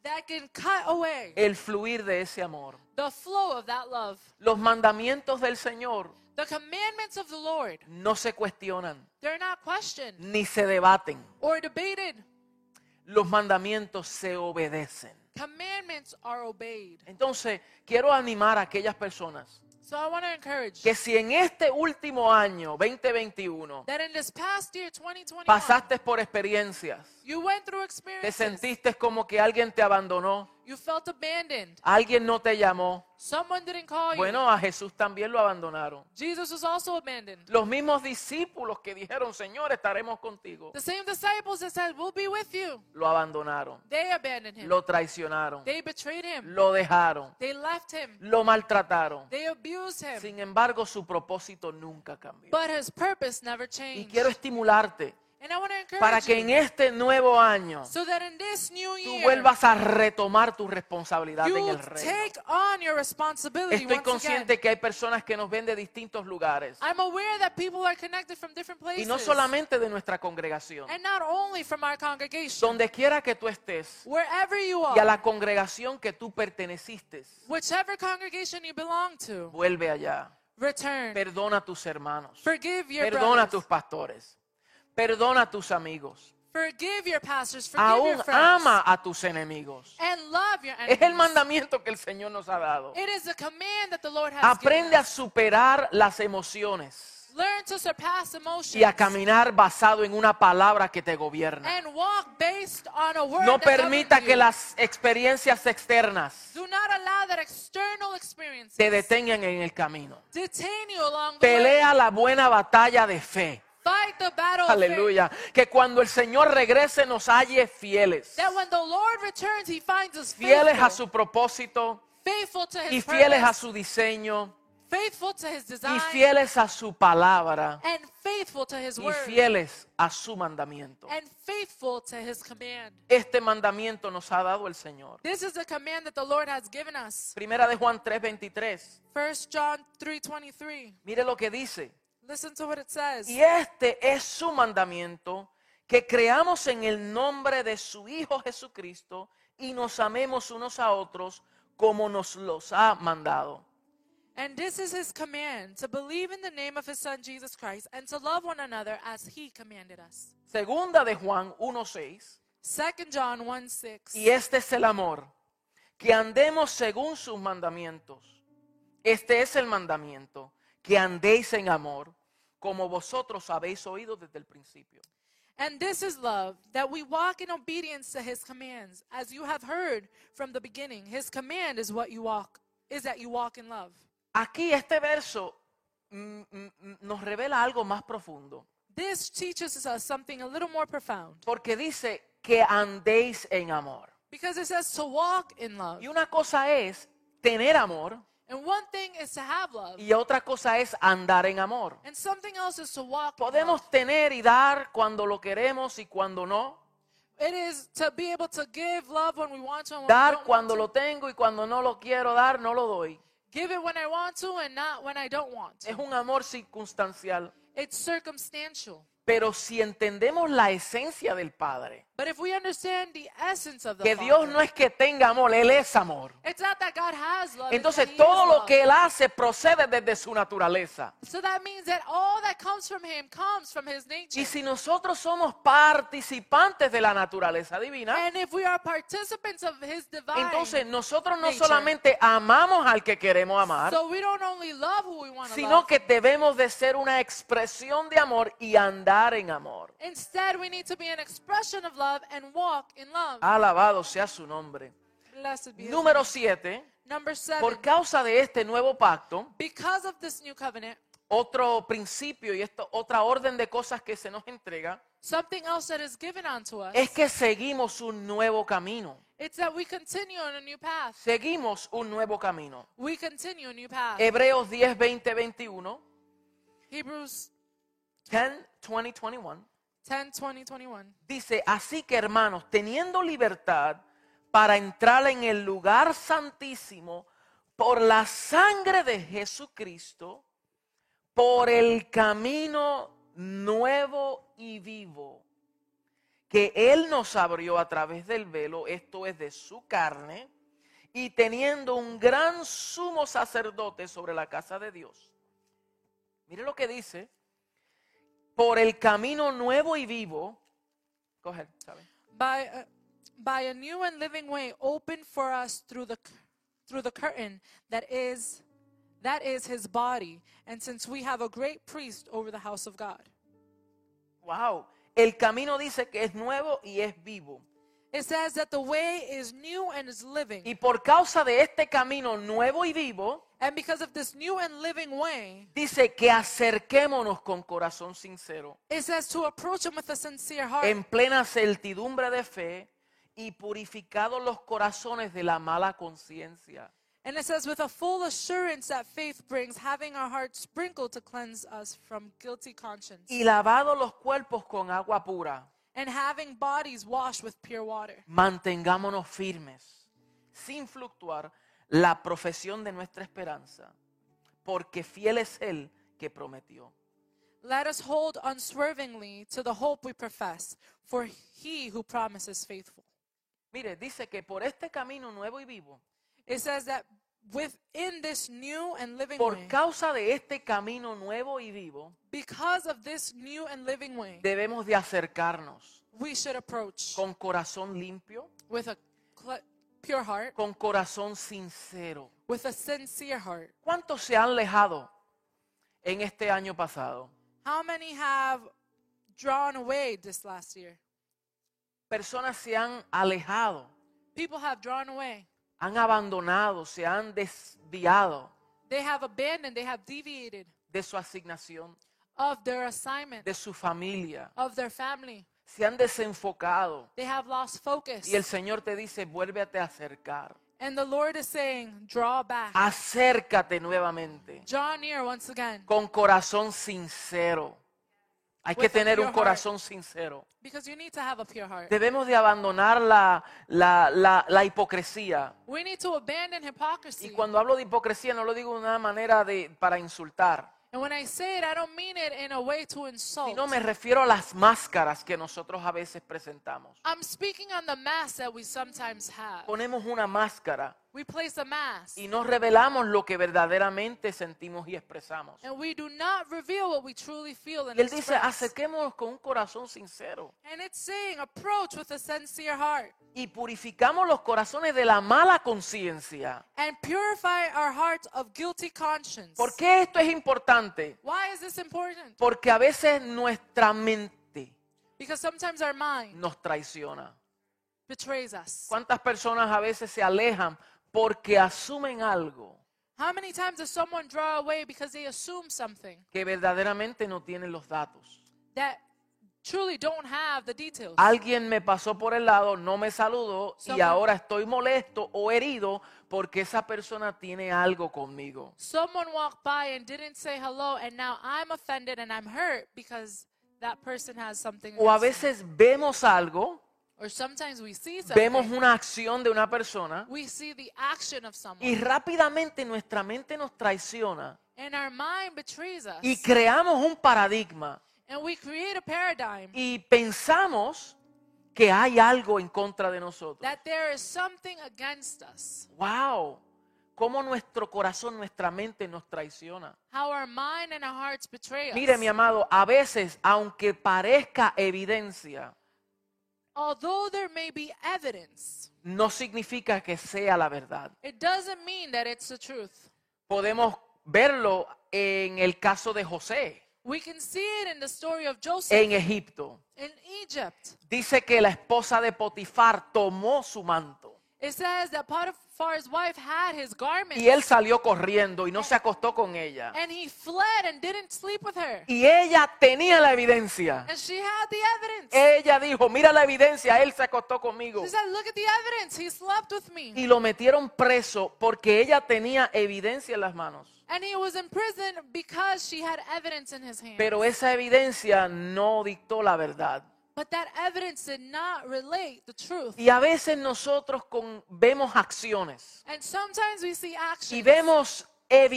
Speaker 2: that can cut away
Speaker 1: el fluir de ese amor.
Speaker 2: the flow of that love.
Speaker 1: Los mandamientos del Señor
Speaker 2: The commandments of the Lord,
Speaker 1: no se cuestionan
Speaker 2: they're not questioned
Speaker 1: ni se debaten.
Speaker 2: or debated.
Speaker 1: Los mandamientos se obedecen.
Speaker 2: Commandments are obeyed.
Speaker 1: Entonces, quiero animar a aquellas personas
Speaker 2: So I want to encourage
Speaker 1: que si en este último año 2021
Speaker 2: that in this past year, 2021,
Speaker 1: pasaste por experiencias,
Speaker 2: you went through
Speaker 1: te
Speaker 2: experiences.
Speaker 1: sentiste como que alguien te abandonó,
Speaker 2: You felt abandoned.
Speaker 1: alguien no te llamó,
Speaker 2: Someone didn't call you.
Speaker 1: bueno, a Jesús también lo abandonaron.
Speaker 2: Jesus was also abandoned.
Speaker 1: Los mismos discípulos que dijeron, Señor, estaremos contigo,
Speaker 2: The same disciples that said, We'll be with you,
Speaker 1: lo abandonaron,
Speaker 2: they abandoned him.
Speaker 1: lo traicionaron,
Speaker 2: They betrayed him.
Speaker 1: lo dejaron,
Speaker 2: They left him.
Speaker 1: lo maltrataron.
Speaker 2: They abused him.
Speaker 1: Sin embargo, su propósito nunca cambió.
Speaker 2: But his purpose never
Speaker 1: Y
Speaker 2: changed.
Speaker 1: quiero estimularte
Speaker 2: And I want to
Speaker 1: para
Speaker 2: encourage
Speaker 1: que en
Speaker 2: you
Speaker 1: este nuevo año
Speaker 2: so that in this new
Speaker 1: tú
Speaker 2: year,
Speaker 1: vuelvas a retomar tu responsabilidad en
Speaker 2: you
Speaker 1: el reino.
Speaker 2: take on your responsibility
Speaker 1: Estoy
Speaker 2: once again.
Speaker 1: consciente que hay personas que nos ven de distintos lugares
Speaker 2: I'm aware that people are connected from different
Speaker 1: y
Speaker 2: places.
Speaker 1: no solamente de nuestra congregación.
Speaker 2: and not only from our congregation,
Speaker 1: Donde quiera que tú estés
Speaker 2: wherever you are,
Speaker 1: y a la congregación que tú perteneciste,
Speaker 2: whichever congregation you belong to,
Speaker 1: vuelve allá.
Speaker 2: return.
Speaker 1: Perdona a tus hermanos.
Speaker 2: forgive your
Speaker 1: Perdona a
Speaker 2: brothers.
Speaker 1: tus pastores. Perdona a tus amigos.
Speaker 2: forgive your pastors. Forgive
Speaker 1: Aún
Speaker 2: your friends.
Speaker 1: ama a tus enemigos.
Speaker 2: and love your enemies.
Speaker 1: Es el mandamiento que el Señor nos ha dado.
Speaker 2: It is a command that the Lord has given.
Speaker 1: Aprende a superar las emociones
Speaker 2: us. Learn to surpass emotions
Speaker 1: y a caminar basado en una palabra que te gobierna.
Speaker 2: and walk based on a word.
Speaker 1: No
Speaker 2: that governs
Speaker 1: permita
Speaker 2: you.
Speaker 1: que las experiencias externas
Speaker 2: Do not allow that external experience
Speaker 1: te detengan en el camino.
Speaker 2: detain you along the way.
Speaker 1: Pelea la buena batalla de fe.
Speaker 2: Fight the battle. of faith.
Speaker 1: Aleluya. Que cuando el Señor regrese nos halle fieles.
Speaker 2: That when the Lord returns, He finds us
Speaker 1: Fieles
Speaker 2: faithful,
Speaker 1: a su propósito
Speaker 2: faithful to His
Speaker 1: y fieles a
Speaker 2: purpose,
Speaker 1: su diseño
Speaker 2: faithful to His design,
Speaker 1: y fieles a su palabra
Speaker 2: and faithful to His
Speaker 1: y
Speaker 2: word,
Speaker 1: fieles a su mandamiento.
Speaker 2: and faithful to His command.
Speaker 1: Este mandamiento nos ha dado el Señor.
Speaker 2: This is the command that the Lord has given us.
Speaker 1: Primera de Juan 3:23.
Speaker 2: 1 John 3:23.
Speaker 1: Mire lo que dice.
Speaker 2: Listen to what it says.
Speaker 1: Y este es su mandamiento, que creamos en el nombre de su Hijo Jesucristo y nos amemos unos a otros como nos los ha mandado.
Speaker 2: And this is His command to believe in the name of His Son Jesus Christ and to love one another as He commanded us.
Speaker 1: Segunda de Juan 1:6.
Speaker 2: 2 John 1 6.
Speaker 1: Y este es el amor, que andemos según sus mandamientos. Este es el mandamiento, que andéis en amor, como vosotros habéis oído desde el principio.
Speaker 2: And this is love, that we walk in obedience to his commands. As you have heard from the beginning, his command is what you walk, is that you walk in love.
Speaker 1: Aquí este verso mm, mm, mm, nos revela algo más profundo.
Speaker 2: This teaches us something a little more profound
Speaker 1: Porque dice que andéis en amor.
Speaker 2: because it says to walk in love.
Speaker 1: Y una cosa es tener amor
Speaker 2: And one thing is to have love,
Speaker 1: y otra cosa es andar en amor.
Speaker 2: and something else is to walk. in love.
Speaker 1: Podemos tener y dar cuando lo queremos y cuando no.
Speaker 2: It is to be able to give love when we want to and when we
Speaker 1: Dar
Speaker 2: don't want
Speaker 1: cuando
Speaker 2: to.
Speaker 1: lo tengo y cuando no lo quiero dar, no lo doy.
Speaker 2: Give it when I want to and not when I don't want to.
Speaker 1: Es un amor circunstancial.
Speaker 2: It's circumstantial.
Speaker 1: Pero si entendemos la esencia del Padre,
Speaker 2: But if we understand the essence of the
Speaker 1: que Dios
Speaker 2: Father,
Speaker 1: no es que tenga amor, Él es amor.
Speaker 2: it's not that God has love. it's that
Speaker 1: Entonces
Speaker 2: he
Speaker 1: todo
Speaker 2: is
Speaker 1: lo
Speaker 2: love.
Speaker 1: que Él hace procede desde su naturaleza.
Speaker 2: So that means that all that comes from him comes from his nature.
Speaker 1: Y si nosotros somos participantes de la naturaleza divina,
Speaker 2: And if we are participants of his divine,
Speaker 1: entonces nosotros no
Speaker 2: nature.
Speaker 1: solamente amamos al que queremos amar,
Speaker 2: so we don't only love who we want to
Speaker 1: sino
Speaker 2: love.
Speaker 1: que debemos de ser una expresión de amor y andar en amor.
Speaker 2: Instead, we need to be an expression of love and walk in love.
Speaker 1: Ah, Alabado sea su nombre.
Speaker 2: Blessed be his
Speaker 1: Número 7.
Speaker 2: name. Number seven.
Speaker 1: Por causa de este nuevo pacto,
Speaker 2: because of this new covenant,
Speaker 1: otro principio y esto, otra orden de cosas que se nos entrega,
Speaker 2: something else that is given unto us,
Speaker 1: es que seguimos un nuevo camino.
Speaker 2: it's that we continue on a new path.
Speaker 1: Seguimos un nuevo camino.
Speaker 2: We continue a new path.
Speaker 1: Hebreos 10, 20, 21.
Speaker 2: Hebrews
Speaker 1: 10, 20, 21.
Speaker 2: 10, 20, 21.
Speaker 1: Dice, así que hermanos, teniendo libertad para entrar en el lugar santísimo por la sangre de Jesucristo, por el camino nuevo y vivo que Él nos abrió a través del velo, esto es de su carne, y teniendo un gran sumo sacerdote sobre la casa de Dios. Mire lo que dice, por el camino nuevo y vivo, Go ahead, Sally.
Speaker 2: by a, by a new and living way opened for us through the c- through the curtain that is that is his body and since we have a great priest over the house of God
Speaker 1: Wow. El camino dice que es nuevo y es vivo.
Speaker 2: it says that the way is new and is living
Speaker 1: Y por causa de este camino nuevo y vivo,
Speaker 2: and because of this new and living way
Speaker 1: dice que acerquémonos con corazón sincero,
Speaker 2: it says to approach him with a sincere heart
Speaker 1: en plena certidumbre de fe y purificados los corazones de la mala conciencia.
Speaker 2: and it says with a full assurance that faith brings having our hearts sprinkled to cleanse us from guilty conscience
Speaker 1: Y lavados los cuerpos con agua pura,
Speaker 2: and having bodies washed with pure water
Speaker 1: mantengámonos firmes, sin fluctuar, la profesión de nuestra esperanza, porque fiel es Él que prometió.
Speaker 2: Let us hold unswervingly to the hope we profess, for he who promises faithful.
Speaker 1: Mire, dice que por este camino nuevo y vivo,
Speaker 2: It says that within this new and living
Speaker 1: por
Speaker 2: way,
Speaker 1: causa de este camino nuevo y vivo,
Speaker 2: because of this new and living way,
Speaker 1: debemos de acercarnos
Speaker 2: we should approach
Speaker 1: con corazón limpio,
Speaker 2: with a cle- pure heart,
Speaker 1: con corazón sincero.
Speaker 2: with a sincere heart.
Speaker 1: ¿Cuántos se han alejado en este año pasado?
Speaker 2: How many have drawn away this last year?
Speaker 1: Personas se han alejado,
Speaker 2: People have drawn away.
Speaker 1: han abandonado, se han desviado
Speaker 2: They have abandoned, they have deviated
Speaker 1: de su asignación,
Speaker 2: of their assignment,
Speaker 1: de su familia,
Speaker 2: of their family.
Speaker 1: se han desenfocado.
Speaker 2: They have lost focus.
Speaker 1: Y el Señor te dice, vuélvete a acercar,
Speaker 2: And the Lord is saying, draw back.
Speaker 1: acércate nuevamente.
Speaker 2: Draw near once again.
Speaker 1: con corazón sincero. Hay que
Speaker 2: With Pues, a
Speaker 1: tener
Speaker 2: pure
Speaker 1: un
Speaker 2: heart.
Speaker 1: corazón sincero.
Speaker 2: Because you need to have a pure heart.
Speaker 1: Debemos de abandonar la, la, la- la hipocresía.
Speaker 2: We need to abandon
Speaker 1: Y
Speaker 2: hypocrisy.
Speaker 1: cuando hablo de hipocresía no lo digo de una manera de, para insultar,
Speaker 2: And when I say it, I don't mean it in a way to insult.
Speaker 1: sino me refiero a las máscaras que nosotros a veces presentamos.
Speaker 2: I'm speaking on the mask that we sometimes have.
Speaker 1: Ponemos una máscara
Speaker 2: We place a mask.
Speaker 1: y no revelamos lo que verdaderamente sentimos y expresamos.
Speaker 2: And we do not reveal what we truly feel and
Speaker 1: Y él dice,
Speaker 2: express.
Speaker 1: acerquémonos con un corazón sincero
Speaker 2: And it's saying, approach with a sincere heart.
Speaker 1: y purificamos los corazones de la mala conciencia.
Speaker 2: And purify our hearts of guilty conscience.
Speaker 1: ¿Por qué esto es importante?
Speaker 2: Why is this important?
Speaker 1: Porque a veces nuestra mente
Speaker 2: Because sometimes our mind
Speaker 1: nos traiciona.
Speaker 2: betrays us.
Speaker 1: ¿Cuántas personas a veces se alejan porque asumen algo
Speaker 2: How many times does someone draw away because they assume something
Speaker 1: que verdaderamente no tienen los datos?
Speaker 2: that truly don't have the details?
Speaker 1: Alguien me pasó por el lado, no me saludó y
Speaker 2: Someone-
Speaker 1: ahora estoy molesto o herido porque esa persona tiene algo conmigo.
Speaker 2: Someone walked by and didn't say hello, and now I'm offended and I'm hurt because that person has something.
Speaker 1: O a
Speaker 2: against me.
Speaker 1: veces vemos algo
Speaker 2: Or sometimes we see
Speaker 1: Vemos
Speaker 2: something,
Speaker 1: una acción de una persona
Speaker 2: we see the action of
Speaker 1: y
Speaker 2: someone,
Speaker 1: rápidamente nuestra mente nos traiciona
Speaker 2: and our mind betrays us,
Speaker 1: y creamos un paradigma
Speaker 2: and we create a paradigm
Speaker 1: y pensamos que hay algo en contra de nosotros.
Speaker 2: that there is something against us.
Speaker 1: ¡Wow! Cómo nuestro corazón, nuestra mente nos traiciona.
Speaker 2: How our mind and our hearts betray us.
Speaker 1: Mire, mi amado, a veces, aunque parezca evidencia,
Speaker 2: Although there may be evidence,
Speaker 1: no significa que sea la verdad.
Speaker 2: it doesn't mean that it's the truth.
Speaker 1: Podemos verlo en el caso de José
Speaker 2: We can see it in the story of Joseph
Speaker 1: en Egipto.
Speaker 2: in Egypt.
Speaker 1: Dice que la esposa de Potifar tomó su manto
Speaker 2: It says that Potiphar's wife had his garment
Speaker 1: y él salió corriendo y no se acostó con ella.
Speaker 2: and he fled and didn't sleep with her.
Speaker 1: Y ella tenía la evidencia.
Speaker 2: And she had the evidence.
Speaker 1: Ella dijo, mira la evidencia, él se acostó conmigo.
Speaker 2: She said, Look at the evidence. He slept with me.
Speaker 1: Y lo metieron preso porque ella tenía evidencia en las manos.
Speaker 2: and he was in prison because she had evidence in his hand.
Speaker 1: Pero esa evidencia no dictó la verdad.
Speaker 2: but that evidence did not relate the truth.
Speaker 1: Y a veces nosotros con- vemos acciones
Speaker 2: and sometimes we see
Speaker 1: y
Speaker 2: actions
Speaker 1: vemos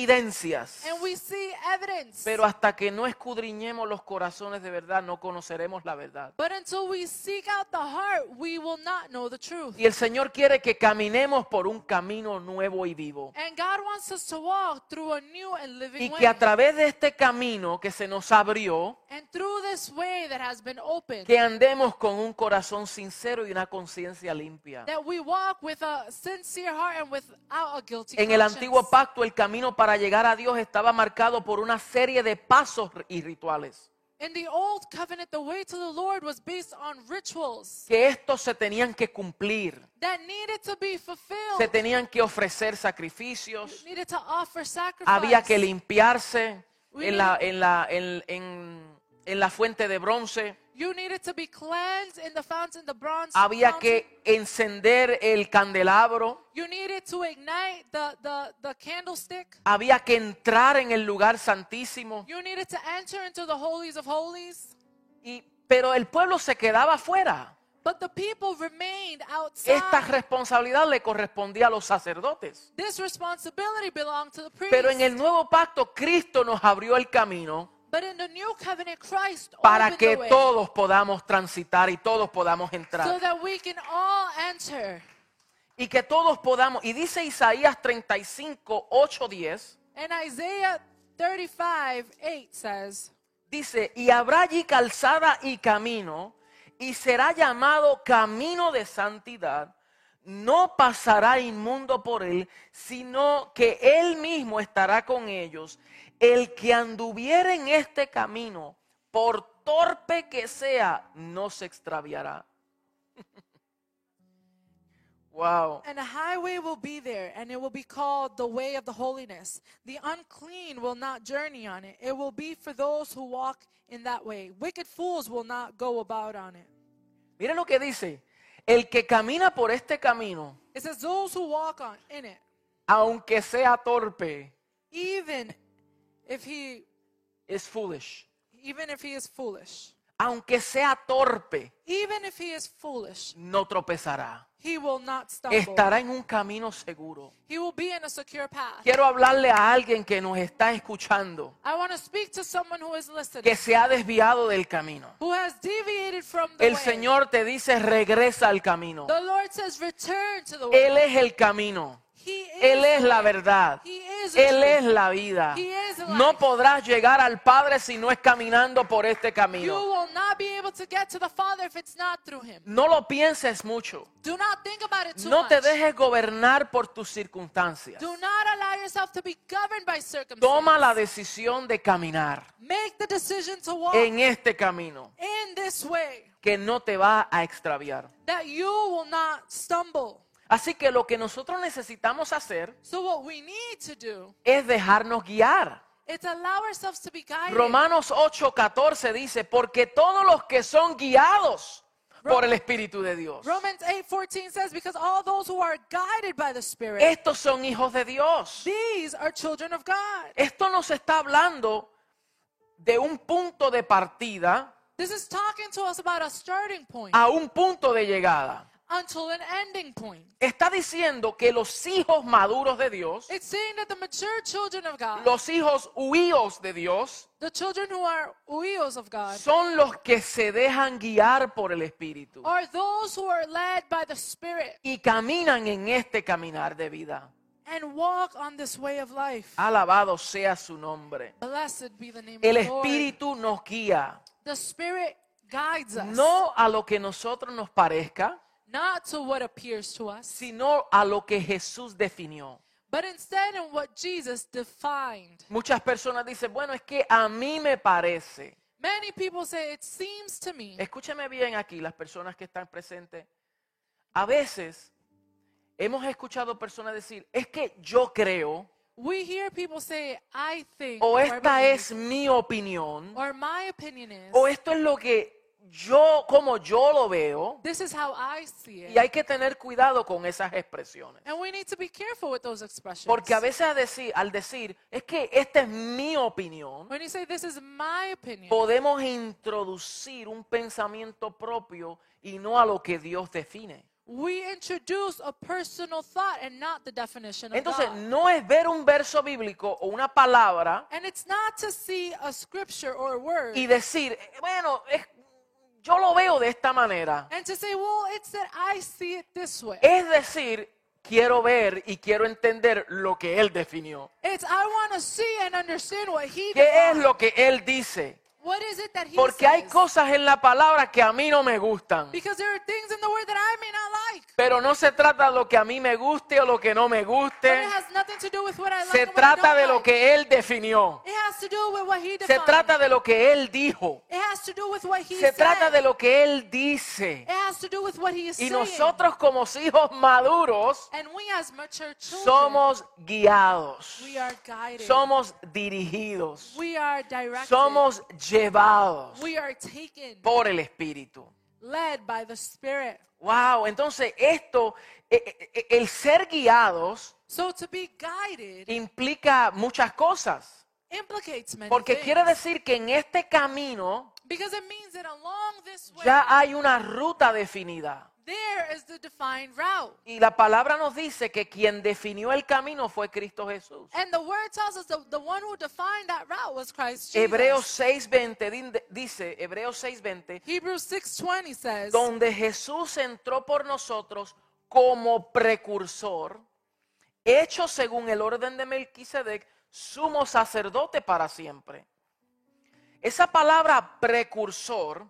Speaker 1: evidencias.
Speaker 2: and we see evidence.
Speaker 1: Pero hasta que no escudriñemos los corazones de verdad, no conoceremos la verdad.
Speaker 2: but until we seek out the heart, we will not know the truth.
Speaker 1: Y el Señor quiere que caminemos por un camino nuevo y vivo.
Speaker 2: And God wants us to walk through a new and living
Speaker 1: Y
Speaker 2: way.
Speaker 1: que a través de este camino que se nos abrió,
Speaker 2: and through this way that has been opened,
Speaker 1: que andemos con un corazón sincero y una conciencia limpia.
Speaker 2: that we walk with a sincere heart and without a guilty
Speaker 1: En el
Speaker 2: conscience.
Speaker 1: antiguo pacto el camino para llegar a Dios estaba marcado por una serie de pasos y rituales,
Speaker 2: In the old covenant, the way to the Lord was based on rituals
Speaker 1: que estos se tenían que cumplir,
Speaker 2: that needed to be
Speaker 1: se
Speaker 2: fulfilled,
Speaker 1: tenían que ofrecer sacrificios,
Speaker 2: needed to offer sacrifice.
Speaker 1: había que limpiarse en la, en la, en- en- en la fuente de bronce,
Speaker 2: You needed to be cleansed in the fountain, the bronze
Speaker 1: había
Speaker 2: fountain.
Speaker 1: que encender el candelabro,
Speaker 2: You needed to ignite the, the, the candlestick.
Speaker 1: había que entrar en el lugar santísimo.
Speaker 2: You needed to enter into the holies of holies.
Speaker 1: Y- pero el pueblo se quedaba afuera.
Speaker 2: But the people remained outside.
Speaker 1: Esta responsabilidad le correspondía a los sacerdotes.
Speaker 2: this responsibility belonged to the priest.
Speaker 1: Pero en el nuevo pacto Cristo nos abrió el camino
Speaker 2: but in the new covenant, Christ
Speaker 1: para
Speaker 2: opened
Speaker 1: que
Speaker 2: the way
Speaker 1: todos podamos transitar y todos podamos
Speaker 2: so
Speaker 1: entrar.
Speaker 2: that we can all enter.
Speaker 1: Y que todos podamos. Y dice Isaías 35, 8, 10.
Speaker 2: And Isaiah 35, 8 says,
Speaker 1: Dice, y habrá allí calzada y camino, y será llamado camino de santidad. No pasará inmundo por él, sino que él mismo estará con ellos. El que anduviere en este camino, por torpe que sea, no se extraviará. wow.
Speaker 2: And a highway will be there, and it will be called the way of the holiness. The unclean will not journey on it. It will be for those who walk in that way. Wicked fools will not go about on it.
Speaker 1: Miren lo que dice. El que camina por este camino,
Speaker 2: It says, Those who walk on in it,
Speaker 1: aunque sea torpe,
Speaker 2: even if he
Speaker 1: es foolish.
Speaker 2: even if he is foolish.
Speaker 1: aunque sea torpe,
Speaker 2: Even if he is foolish,
Speaker 1: no tropezará.
Speaker 2: he will not stumble.
Speaker 1: Estará en un camino seguro.
Speaker 2: He will be in a secure path.
Speaker 1: Quiero hablarle a alguien que nos está escuchando,
Speaker 2: I want to speak to someone who is listening.
Speaker 1: que se ha desviado del camino.
Speaker 2: who has deviated from the
Speaker 1: El
Speaker 2: way.
Speaker 1: Señor te dice, regresa al camino.
Speaker 2: the Lord says, return to the way.
Speaker 1: Él es el camino.
Speaker 2: he is,
Speaker 1: Él es
Speaker 2: the
Speaker 1: la
Speaker 2: way.
Speaker 1: verdad.
Speaker 2: He is the
Speaker 1: Él es
Speaker 2: truth.
Speaker 1: la vida.
Speaker 2: He is life.
Speaker 1: No podrás llegar al Padre si no es caminando por este
Speaker 2: You
Speaker 1: camino.
Speaker 2: will not be able to get to the Father if it's not through Him.
Speaker 1: No lo pienses mucho.
Speaker 2: Do not think about it too
Speaker 1: No
Speaker 2: much.
Speaker 1: te dejes gobernar por tus circunstancias.
Speaker 2: Do not allow yourself to be governed by circumstances.
Speaker 1: Toma la decisión de caminar.
Speaker 2: Make the decision to walk
Speaker 1: en este camino
Speaker 2: in this way
Speaker 1: que no te va a extraviar.
Speaker 2: that you will not stumble.
Speaker 1: Así que lo que nosotros necesitamos hacer
Speaker 2: So what we need to do
Speaker 1: es dejarnos guiar.
Speaker 2: is allow ourselves to be guided.
Speaker 1: Romanos 8:14 dice, porque todos los que son guiados por el Espíritu de Dios,
Speaker 2: Romans 8:14 says because all those who are guided by the Spirit
Speaker 1: estos son hijos de Dios.
Speaker 2: These are children of God.
Speaker 1: Esto nos está hablando de un punto de partida
Speaker 2: This is talking to us about a starting point
Speaker 1: a un punto de llegada.
Speaker 2: until an ending point.
Speaker 1: Está diciendo que los hijos maduros de Dios,
Speaker 2: It's saying that the mature children of God,
Speaker 1: los hijos huíos de Dios,
Speaker 2: the children who are huios of God,
Speaker 1: son los que se dejan guiar por el Espíritu
Speaker 2: are those who are led by the Spirit
Speaker 1: y caminan en este caminar de vida.
Speaker 2: and walk on this way of life.
Speaker 1: Alabado sea su nombre.
Speaker 2: Blessed be the name
Speaker 1: Ah. El
Speaker 2: of the Lord.
Speaker 1: Espíritu nos guía,
Speaker 2: The Spirit guides us,
Speaker 1: no a lo que nosotros nos parezca,
Speaker 2: not to what appears to us,
Speaker 1: sino a lo que Jesús definió.
Speaker 2: but instead in what Jesus defined.
Speaker 1: Muchas personas dicen, bueno, es que a mí me parece.
Speaker 2: Many people say, It seems to me.
Speaker 1: Escúcheme bien aquí, las personas que están presentes. A veces hemos escuchado personas decir, es que yo creo,
Speaker 2: We hear people say, I think,
Speaker 1: o
Speaker 2: or, I
Speaker 1: esta
Speaker 2: believe,
Speaker 1: es mi opinión,
Speaker 2: or my opinion is,
Speaker 1: o esto es lo que yo, como yo lo veo,
Speaker 2: this is how I see it.
Speaker 1: y hay que tener cuidado con esas expresiones.
Speaker 2: and we need to be careful with those expressions.
Speaker 1: Porque a veces a decir- al decir, es que esta es mi opinión,
Speaker 2: when you say, This is my opinion,
Speaker 1: podemos introducir un pensamiento propio y no a lo que Dios define.
Speaker 2: we introduce a personal thought and not the definition of
Speaker 1: Entonces,
Speaker 2: God.
Speaker 1: no es ver un verso bíblico o una palabra
Speaker 2: And it's not to see a scripture or a word
Speaker 1: y decir, "Eh, bueno, es- yo lo veo de esta manera.
Speaker 2: and to say, Well, it's that I see it this way.
Speaker 1: Es decir, quiero ver y quiero entender lo que Él definió.
Speaker 2: It's I want to see and understand what he
Speaker 1: ¿Qué es
Speaker 2: defined.
Speaker 1: lo que Él dice?
Speaker 2: What is it that he
Speaker 1: Porque hay
Speaker 2: says?
Speaker 1: cosas en la palabra que a mí no me gustan.
Speaker 2: Because there are things in the word that I may not like.
Speaker 1: Pero no se trata de lo que a mí me guste o lo que no me
Speaker 2: But
Speaker 1: guste.
Speaker 2: it has nothing to do with what I like.
Speaker 1: Se
Speaker 2: and what I
Speaker 1: trata
Speaker 2: don't
Speaker 1: de lo
Speaker 2: like.
Speaker 1: que Él definió.
Speaker 2: It has to do with what he
Speaker 1: Se
Speaker 2: defined.
Speaker 1: trata de lo que Él dijo.
Speaker 2: It has to do with what he
Speaker 1: Se
Speaker 2: said.
Speaker 1: trata de lo que Él dice.
Speaker 2: It has to do with what he is
Speaker 1: Y
Speaker 2: saying.
Speaker 1: nosotros como hijos maduros
Speaker 2: and we as mature children,
Speaker 1: somos guiados,
Speaker 2: we are guided.
Speaker 1: somos dirigidos,
Speaker 2: we are directed.
Speaker 1: somos llevados
Speaker 2: we are taken,
Speaker 1: por el Espíritu.
Speaker 2: led by the Spirit.
Speaker 1: Wow, entonces esto, e- e- e- el ser guiados
Speaker 2: So to be guided
Speaker 1: implica muchas cosas,
Speaker 2: implicates many
Speaker 1: porque
Speaker 2: things.
Speaker 1: quiere decir que en este camino
Speaker 2: because it means that along this way,
Speaker 1: ya hay una ruta definida.
Speaker 2: there is the defined route.
Speaker 1: Y la palabra nos dice que quien definió el camino fue Cristo Jesús.
Speaker 2: And the word tells us that the one who defined that route was Christ Jesus.
Speaker 1: Hebreos 6:20 din- dice, Hebreos 6:20,
Speaker 2: Hebrews 6.20 says,
Speaker 1: donde Jesús entró por nosotros como precursor, hecho según el orden de Melquisedec, sumo sacerdote para siempre. Esa palabra precursor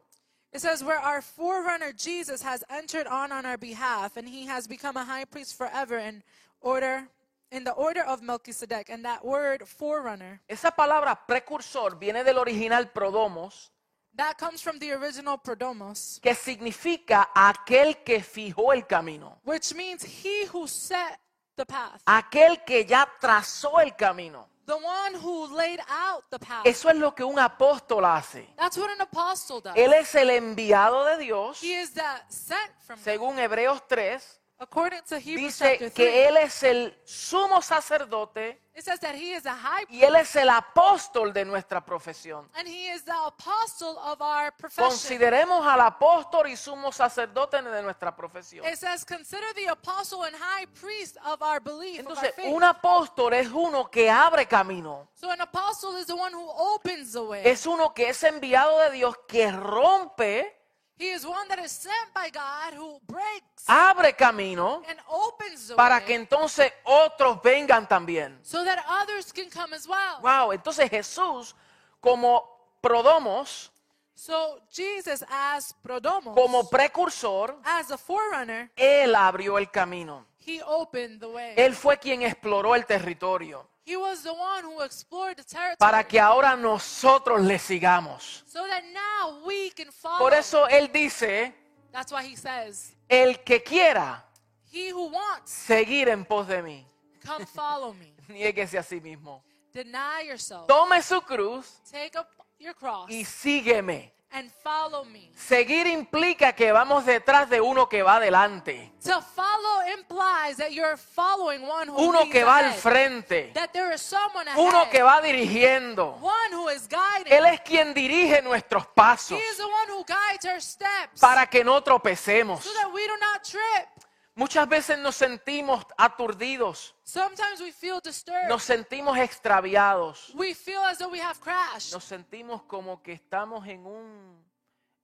Speaker 2: It says, where our forerunner Jesus has entered on on our behalf, and he has become a high priest forever in order, in the order of Melchizedek. And that word forerunner,
Speaker 1: Esa palabra precursor viene del original prodomos,
Speaker 2: that comes from the original prodomos,
Speaker 1: que significa aquel que fijó el camino,
Speaker 2: which means he who set the path,
Speaker 1: aquel que ya trazó el camino.
Speaker 2: the one who laid out the path.
Speaker 1: Eso es lo que un apóstol hace.
Speaker 2: That's what an apostle does.
Speaker 1: Él es el enviado de Dios.
Speaker 2: He is that sent from God.
Speaker 1: Según Hebreos 3,
Speaker 2: According to Hebrews chapter
Speaker 1: dice
Speaker 2: 3,
Speaker 1: que Él es el sumo sacerdote
Speaker 2: it says that he is a high priest
Speaker 1: y Él es el apóstol de nuestra profesión.
Speaker 2: and he is the apostle of our profession.
Speaker 1: Consideremos al apóstol y sumo sacerdote de nuestra profesión.
Speaker 2: It says, consider the apostle and high priest of our belief, of our
Speaker 1: Entonces,
Speaker 2: faith.
Speaker 1: un apóstol es uno que abre camino.
Speaker 2: so an apostle is the one who opens the way.
Speaker 1: Es uno que es enviado de Dios que rompe,
Speaker 2: he is one that is sent by God who breaks
Speaker 1: abre camino
Speaker 2: and opens the
Speaker 1: Ah. para que
Speaker 2: way
Speaker 1: entonces otros vengan también.
Speaker 2: so that others can come as well.
Speaker 1: Wow, entonces Jesús como prodomos,
Speaker 2: So Jesus, as Prodomos,
Speaker 1: como precursor,
Speaker 2: as a forerunner,
Speaker 1: él abrió el camino.
Speaker 2: he opened the way.
Speaker 1: Él fue quien exploró el territorio
Speaker 2: he was the one who explored the territory
Speaker 1: para que ahora nosotros le sigamos.
Speaker 2: so that now we can follow.
Speaker 1: Por eso él dice,
Speaker 2: That's why he says,
Speaker 1: el que quiera
Speaker 2: he who wants,
Speaker 1: seguir en pos de mí,
Speaker 2: come follow me.
Speaker 1: nieguese a sí mismo.
Speaker 2: Deny yourself.
Speaker 1: Tome su cruz
Speaker 2: Take up your cross
Speaker 1: y sígueme.
Speaker 2: and follow me.
Speaker 1: Seguir implica que vamos detrás de uno que va adelante,
Speaker 2: To follow implies that you're following one who
Speaker 1: uno
Speaker 2: leads
Speaker 1: que va al
Speaker 2: ahead,
Speaker 1: frente,
Speaker 2: That there is someone ahead.
Speaker 1: uno que va dirigiendo.
Speaker 2: One who is guiding.
Speaker 1: Él es quien dirige nuestros
Speaker 2: he
Speaker 1: pasos
Speaker 2: is the one who guides our steps.
Speaker 1: para que no tropecemos.
Speaker 2: so that we do not trip.
Speaker 1: Muchas veces nos sentimos aturdidos,
Speaker 2: Sometimes we feel disturbed.
Speaker 1: nos sentimos extraviados,
Speaker 2: we feel as though we have crashed.
Speaker 1: nos sentimos como que estamos en un,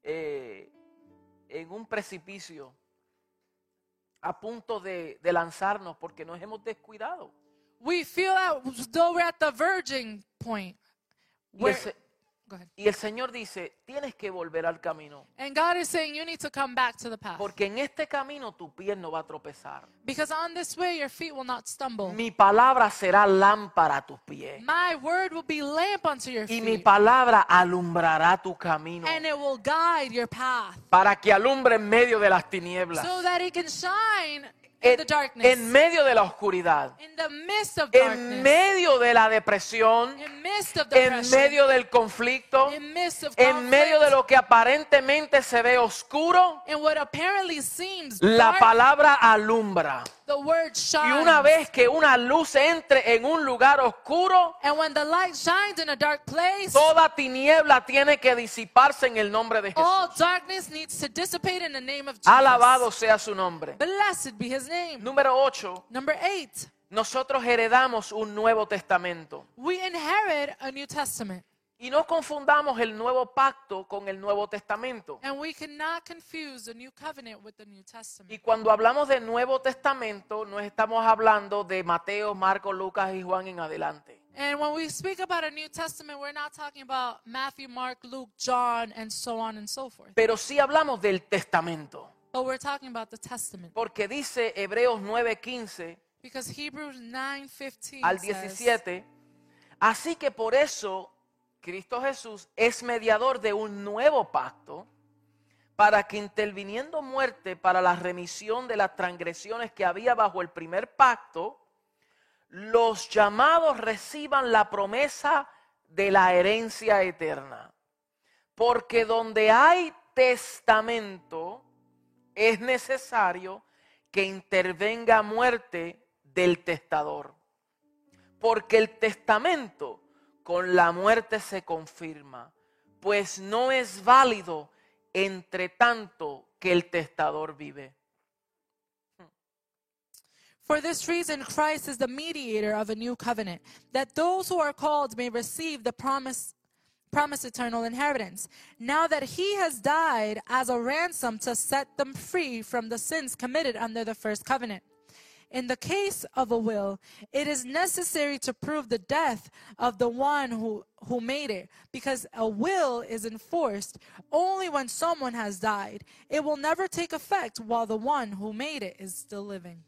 Speaker 1: eh, en un precipicio, a punto de, de lanzarnos porque nos hemos descuidado.
Speaker 2: We feel as though we're at the verging point.
Speaker 1: Y
Speaker 2: Where,
Speaker 1: el, se-
Speaker 2: go ahead.
Speaker 1: y el Señor dice, tienes que volver al camino,
Speaker 2: And God is saying you need to come back to the path.
Speaker 1: porque en este camino tu pie no va a tropezar.
Speaker 2: Because on this way your feet will not stumble.
Speaker 1: Mi palabra será lámpara a tus pies.
Speaker 2: My word will be lamp unto your
Speaker 1: Y mi
Speaker 2: feet.
Speaker 1: palabra alumbrará tu camino
Speaker 2: And it will guide your path.
Speaker 1: para que alumbre en medio de las tinieblas,
Speaker 2: So that it can shine in
Speaker 1: en,
Speaker 2: the darkness.
Speaker 1: en medio de la oscuridad,
Speaker 2: in the midst of
Speaker 1: en
Speaker 2: darkness.
Speaker 1: medio de la depresión,
Speaker 2: In midst of
Speaker 1: en
Speaker 2: depression.
Speaker 1: medio del conflicto,
Speaker 2: in midst of
Speaker 1: en medio de
Speaker 2: conflict.
Speaker 1: lo que aparentemente se ve oscuro,
Speaker 2: And what apparently seems
Speaker 1: la
Speaker 2: dark,
Speaker 1: palabra alumbra.
Speaker 2: the word
Speaker 1: Y
Speaker 2: shines.
Speaker 1: una vez que una luz entre en un lugar oscuro,
Speaker 2: and when the light shines in a dark place,
Speaker 1: toda tiniebla tiene que disiparse en el nombre de Jesús.
Speaker 2: all darkness needs to dissipate in the name of Oh, Jesus.
Speaker 1: Alabado sea su nombre.
Speaker 2: Blessed be his name.
Speaker 1: Número 8.
Speaker 2: Number eight,
Speaker 1: Nosotros heredamos un Nuevo Testamento.
Speaker 2: we inherit a New Testament.
Speaker 1: Y no confundamos el Nuevo Pacto con el Nuevo Testamento.
Speaker 2: And we cannot confuse the New Covenant with the New Testament.
Speaker 1: Y cuando hablamos de Nuevo Testamento, no estamos hablando de Mateo, Marcos, Lucas y Juan en adelante.
Speaker 2: And when we speak about a New Testament, we're not talking about Matthew, Mark, Luke, John, and so on and so forth.
Speaker 1: Pero sí hablamos del Testamento.
Speaker 2: But we're talking about the Testament.
Speaker 1: Porque dice Hebreos 9:15
Speaker 2: Because Hebrews 9:15
Speaker 1: al
Speaker 2: says,
Speaker 1: 17. Así que por eso Cristo Jesús es mediador de un nuevo pacto para que interviniendo muerte para la remisión de las transgresiones que había bajo el primer pacto, los llamados reciban la promesa de la herencia eterna. Porque donde hay testamento es necesario que intervenga muerte del testador. Porque el testamento con la muerte se confirma, pues no es válido entre tanto que el testador vive.
Speaker 2: For this reason, Christ is the mediator of a new covenant, that those who are called may receive the promise, promise eternal inheritance. Now that he has died as a ransom to set them free from the sins committed under the first covenant. In the case of a will, it is necessary to prove the death of the one who, who made it, because a will is enforced only when someone has died. It will never take effect while the one who made it is still living.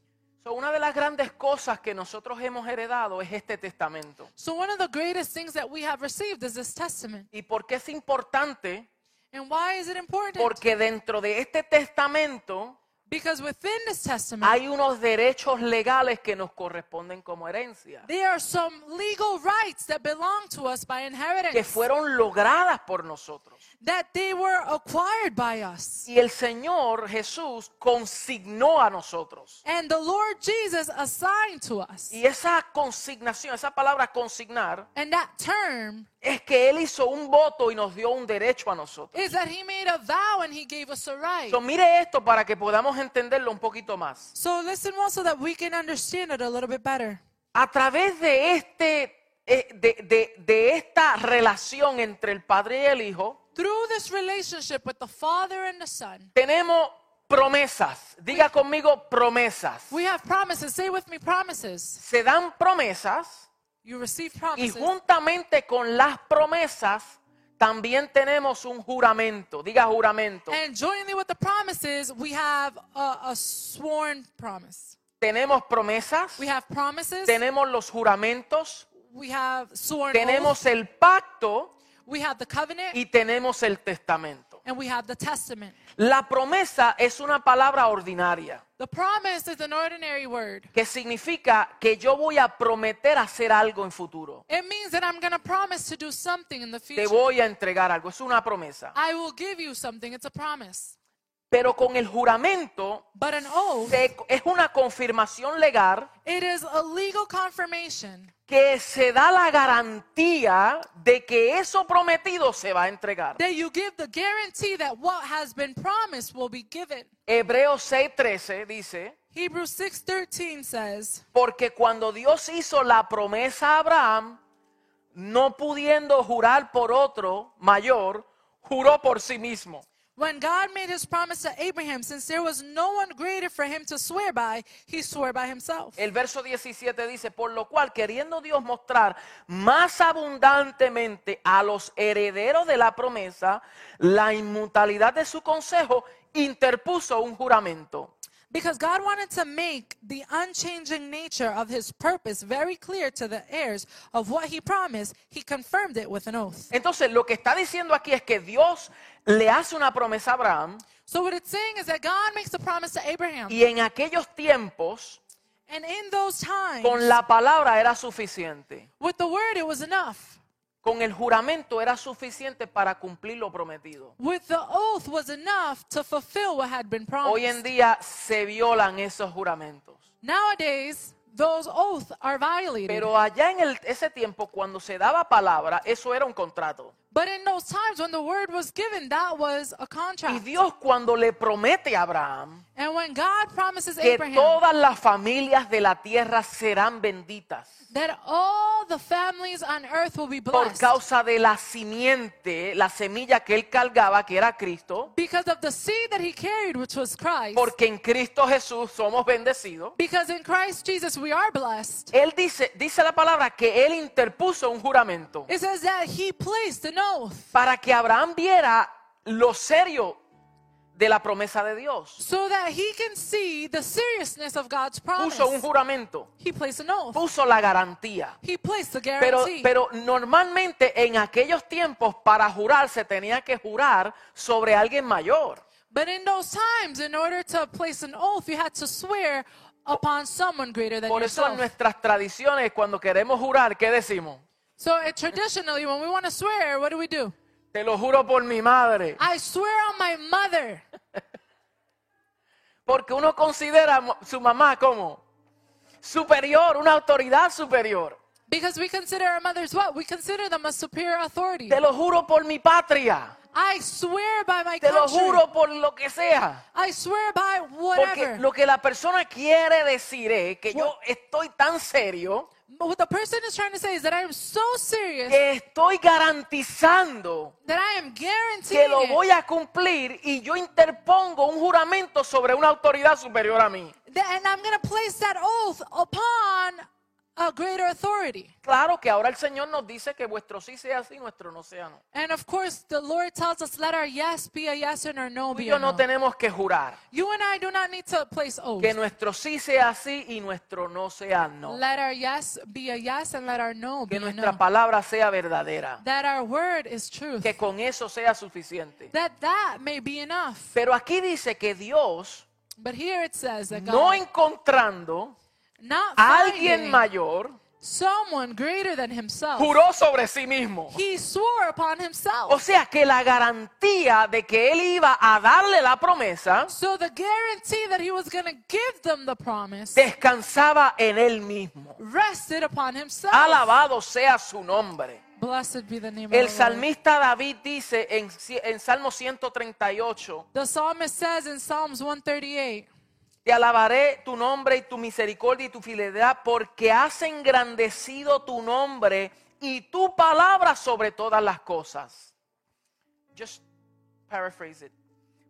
Speaker 1: So, una de las grandes cosas que nosotros hemos heredado es este testamento.
Speaker 2: So one of the greatest things that we have received is this testament.
Speaker 1: ¿Y por qué es importante?
Speaker 2: And why is it important?
Speaker 1: Porque dentro de este testamento
Speaker 2: because within this testament
Speaker 1: hay unos derechos legales que nos corresponden como herencia,
Speaker 2: there are some legal rights that belong to us by
Speaker 1: que
Speaker 2: inheritance
Speaker 1: fueron logradas por nosotros.
Speaker 2: that they were acquired by us.
Speaker 1: Y el Señor Jesús consignó a nosotros.
Speaker 2: And the Lord Jesus assigned to us.
Speaker 1: Y esa consignación, esa palabra consignar,
Speaker 2: And that term
Speaker 1: es que Él hizo un voto y nos dio un derecho a nosotros.
Speaker 2: is that he made a vow and he gave us a right.
Speaker 1: So, mire esto para que podamos entenderlo un poquito más.
Speaker 2: So listen well so that we can understand it a little bit better.
Speaker 1: A través de, este, eh, de, de- de esta relación entre el Padre y el Hijo,
Speaker 2: Through this relationship with the Father and the Son,
Speaker 1: tenemos promesas. Diga conmigo promesas.
Speaker 2: we have promises. Say with me promises.
Speaker 1: Se dan promesas
Speaker 2: You receive
Speaker 1: y
Speaker 2: promises.
Speaker 1: juntamente con las promesas también tenemos un juramento. Diga juramento.
Speaker 2: And jointly with the promises, we have a, a sworn promise.
Speaker 1: Tenemos promesas.
Speaker 2: We have promises.
Speaker 1: tenemos los juramentos,
Speaker 2: We have sworn oaths.
Speaker 1: tenemos el pacto
Speaker 2: We have the covenant
Speaker 1: y tenemos el testamento.
Speaker 2: and we have the testament.
Speaker 1: La promesa es una palabra ordinaria
Speaker 2: The promise is an ordinary word.
Speaker 1: que significa que yo voy a prometer hacer algo en futuro.
Speaker 2: It means that I'm going to promise to do something in the
Speaker 1: Te
Speaker 2: future.
Speaker 1: voy a entregar algo, es una promesa.
Speaker 2: I will give you something. It's a promise.
Speaker 1: Pero con el juramento
Speaker 2: But an oath,
Speaker 1: se- es una confirmación legal
Speaker 2: it is a legal confirmation
Speaker 1: que se da la garantía de que eso prometido se va a entregar.
Speaker 2: that you give the guarantee that what has been promised will be given.
Speaker 1: Hebreos 6:13 dice,
Speaker 2: Hebrews 6:13 says,
Speaker 1: porque cuando Dios hizo la promesa a Abraham, no pudiendo jurar por otro mayor, juró por sí mismo.
Speaker 2: When God made his promise to Abraham, since there was no one greater for him to swear by, he swore by himself.
Speaker 1: El verso 17 dice, por lo cual queriendo Dios mostrar más abundantemente a los herederos de la promesa la inmutabilidad de su consejo, interpuso un juramento.
Speaker 2: Because God wanted to make the unchanging nature of his purpose very clear to the heirs of what he promised, he confirmed it with an oath.
Speaker 1: Entonces, lo que está diciendo aquí es que Dios le hace una promesa a Abraham
Speaker 2: So, what it's saying is that God makes a promise to Abraham,
Speaker 1: y en aquellos tiempos
Speaker 2: and in those times,
Speaker 1: con la palabra era suficiente.
Speaker 2: with the word, it was enough.
Speaker 1: Con el juramento era suficiente para cumplir lo prometido.
Speaker 2: With the oath was enough to fulfill what had been
Speaker 1: Hoy en
Speaker 2: promised.
Speaker 1: día se violan esos juramentos.
Speaker 2: Nowadays, those oaths are violated.
Speaker 1: Pero allá en el- ese tiempo, cuando se daba palabra, eso era un contrato.
Speaker 2: But in those times when the word was given, that was a
Speaker 1: Y
Speaker 2: contract.
Speaker 1: Dios cuando le promete a Abraham
Speaker 2: And when God promises
Speaker 1: que
Speaker 2: Abraham
Speaker 1: todas las familias de la tierra serán benditas
Speaker 2: that all the families on earth will be
Speaker 1: por
Speaker 2: blessed
Speaker 1: causa de la simiente, la semilla que él cargaba, que era Cristo,
Speaker 2: because of the seed that he carried, which was Christ,
Speaker 1: porque en Cristo Jesús somos bendecidos.
Speaker 2: because in Christ Jesus we are blessed,
Speaker 1: Él dice, dice la palabra que él interpuso un juramento
Speaker 2: it says that he placed an oath
Speaker 1: para que Abraham viera lo serio de la promesa de Dios.
Speaker 2: so that he can see the seriousness of God's promise.
Speaker 1: Puso un juramento,
Speaker 2: He placed an oath.
Speaker 1: puso la garantía.
Speaker 2: He placed the
Speaker 1: Pero,
Speaker 2: guarantee.
Speaker 1: pero normalmente en aquellos tiempos para jurar se tenía que jurar sobre alguien mayor.
Speaker 2: But in those times, in order to place an oath, you had to swear upon someone greater than
Speaker 1: Por eso en
Speaker 2: yourself.
Speaker 1: nuestras tradiciones cuando queremos jurar, ¿qué decimos?
Speaker 2: So uh, traditionally, when we want to swear, what do we do?
Speaker 1: Te lo juro por mi madre.
Speaker 2: I swear on my mother
Speaker 1: Porque uno considera a mo- su mamá como superior, una autoridad superior.
Speaker 2: because we consider our mothers what? We consider them a superior authority.
Speaker 1: Te lo juro por mi patria.
Speaker 2: I swear by my
Speaker 1: Te lo
Speaker 2: country.
Speaker 1: juro por lo que sea.
Speaker 2: I swear by
Speaker 1: Porque
Speaker 2: whatever.
Speaker 1: lo que la persona quiere decir es que yo estoy tan serio
Speaker 2: But what the person is trying to say is that I am so serious
Speaker 1: que estoy garantizando
Speaker 2: that I am
Speaker 1: que
Speaker 2: guaranteeing
Speaker 1: lo
Speaker 2: it,
Speaker 1: voy a cumplir y yo interpongo un juramento sobre una autoridad superior a mí.
Speaker 2: that- and I'm going to place that oath upon a greater authority.
Speaker 1: Claro que ahora el Señor nos dice que vuestro sí sea sí, nuestro no sea no.
Speaker 2: And of course, the Lord tells us, let our yes be a yes and our no
Speaker 1: Tú y
Speaker 2: be
Speaker 1: yo
Speaker 2: a
Speaker 1: no
Speaker 2: no.
Speaker 1: tenemos que jurar
Speaker 2: You and I do not need to place oaths.
Speaker 1: que nuestro sí sea sí y nuestro no sea no.
Speaker 2: Let our yes be a yes and let our no
Speaker 1: Que
Speaker 2: be a
Speaker 1: nuestra
Speaker 2: no.
Speaker 1: palabra sea verdadera.
Speaker 2: That our word is truth.
Speaker 1: Que con eso sea suficiente.
Speaker 2: That that may be enough.
Speaker 1: Pero aquí dice que Dios,
Speaker 2: But here it says that
Speaker 1: no
Speaker 2: God,
Speaker 1: encontrando
Speaker 2: not
Speaker 1: a alguien
Speaker 2: finding
Speaker 1: mayor,
Speaker 2: someone greater than himself,
Speaker 1: juró sobre sí mismo.
Speaker 2: he swore upon
Speaker 1: O
Speaker 2: himself.
Speaker 1: sea que la garantía de que él iba a darle la promesa
Speaker 2: So the guarantee that he was going to give them the promise
Speaker 1: descansaba en él mismo.
Speaker 2: rested upon himself.
Speaker 1: Alabado sea su nombre.
Speaker 2: Blessed be the name
Speaker 1: El
Speaker 2: of the Lord.
Speaker 1: salmista David dice en, ci- en Salmo 138,
Speaker 2: The psalmist says in Psalms 138,
Speaker 1: te alabaré tu nombre y tu misericordia y tu fidelidad porque has engrandecido tu nombre y tu palabra sobre todas las cosas. Just paraphrase it.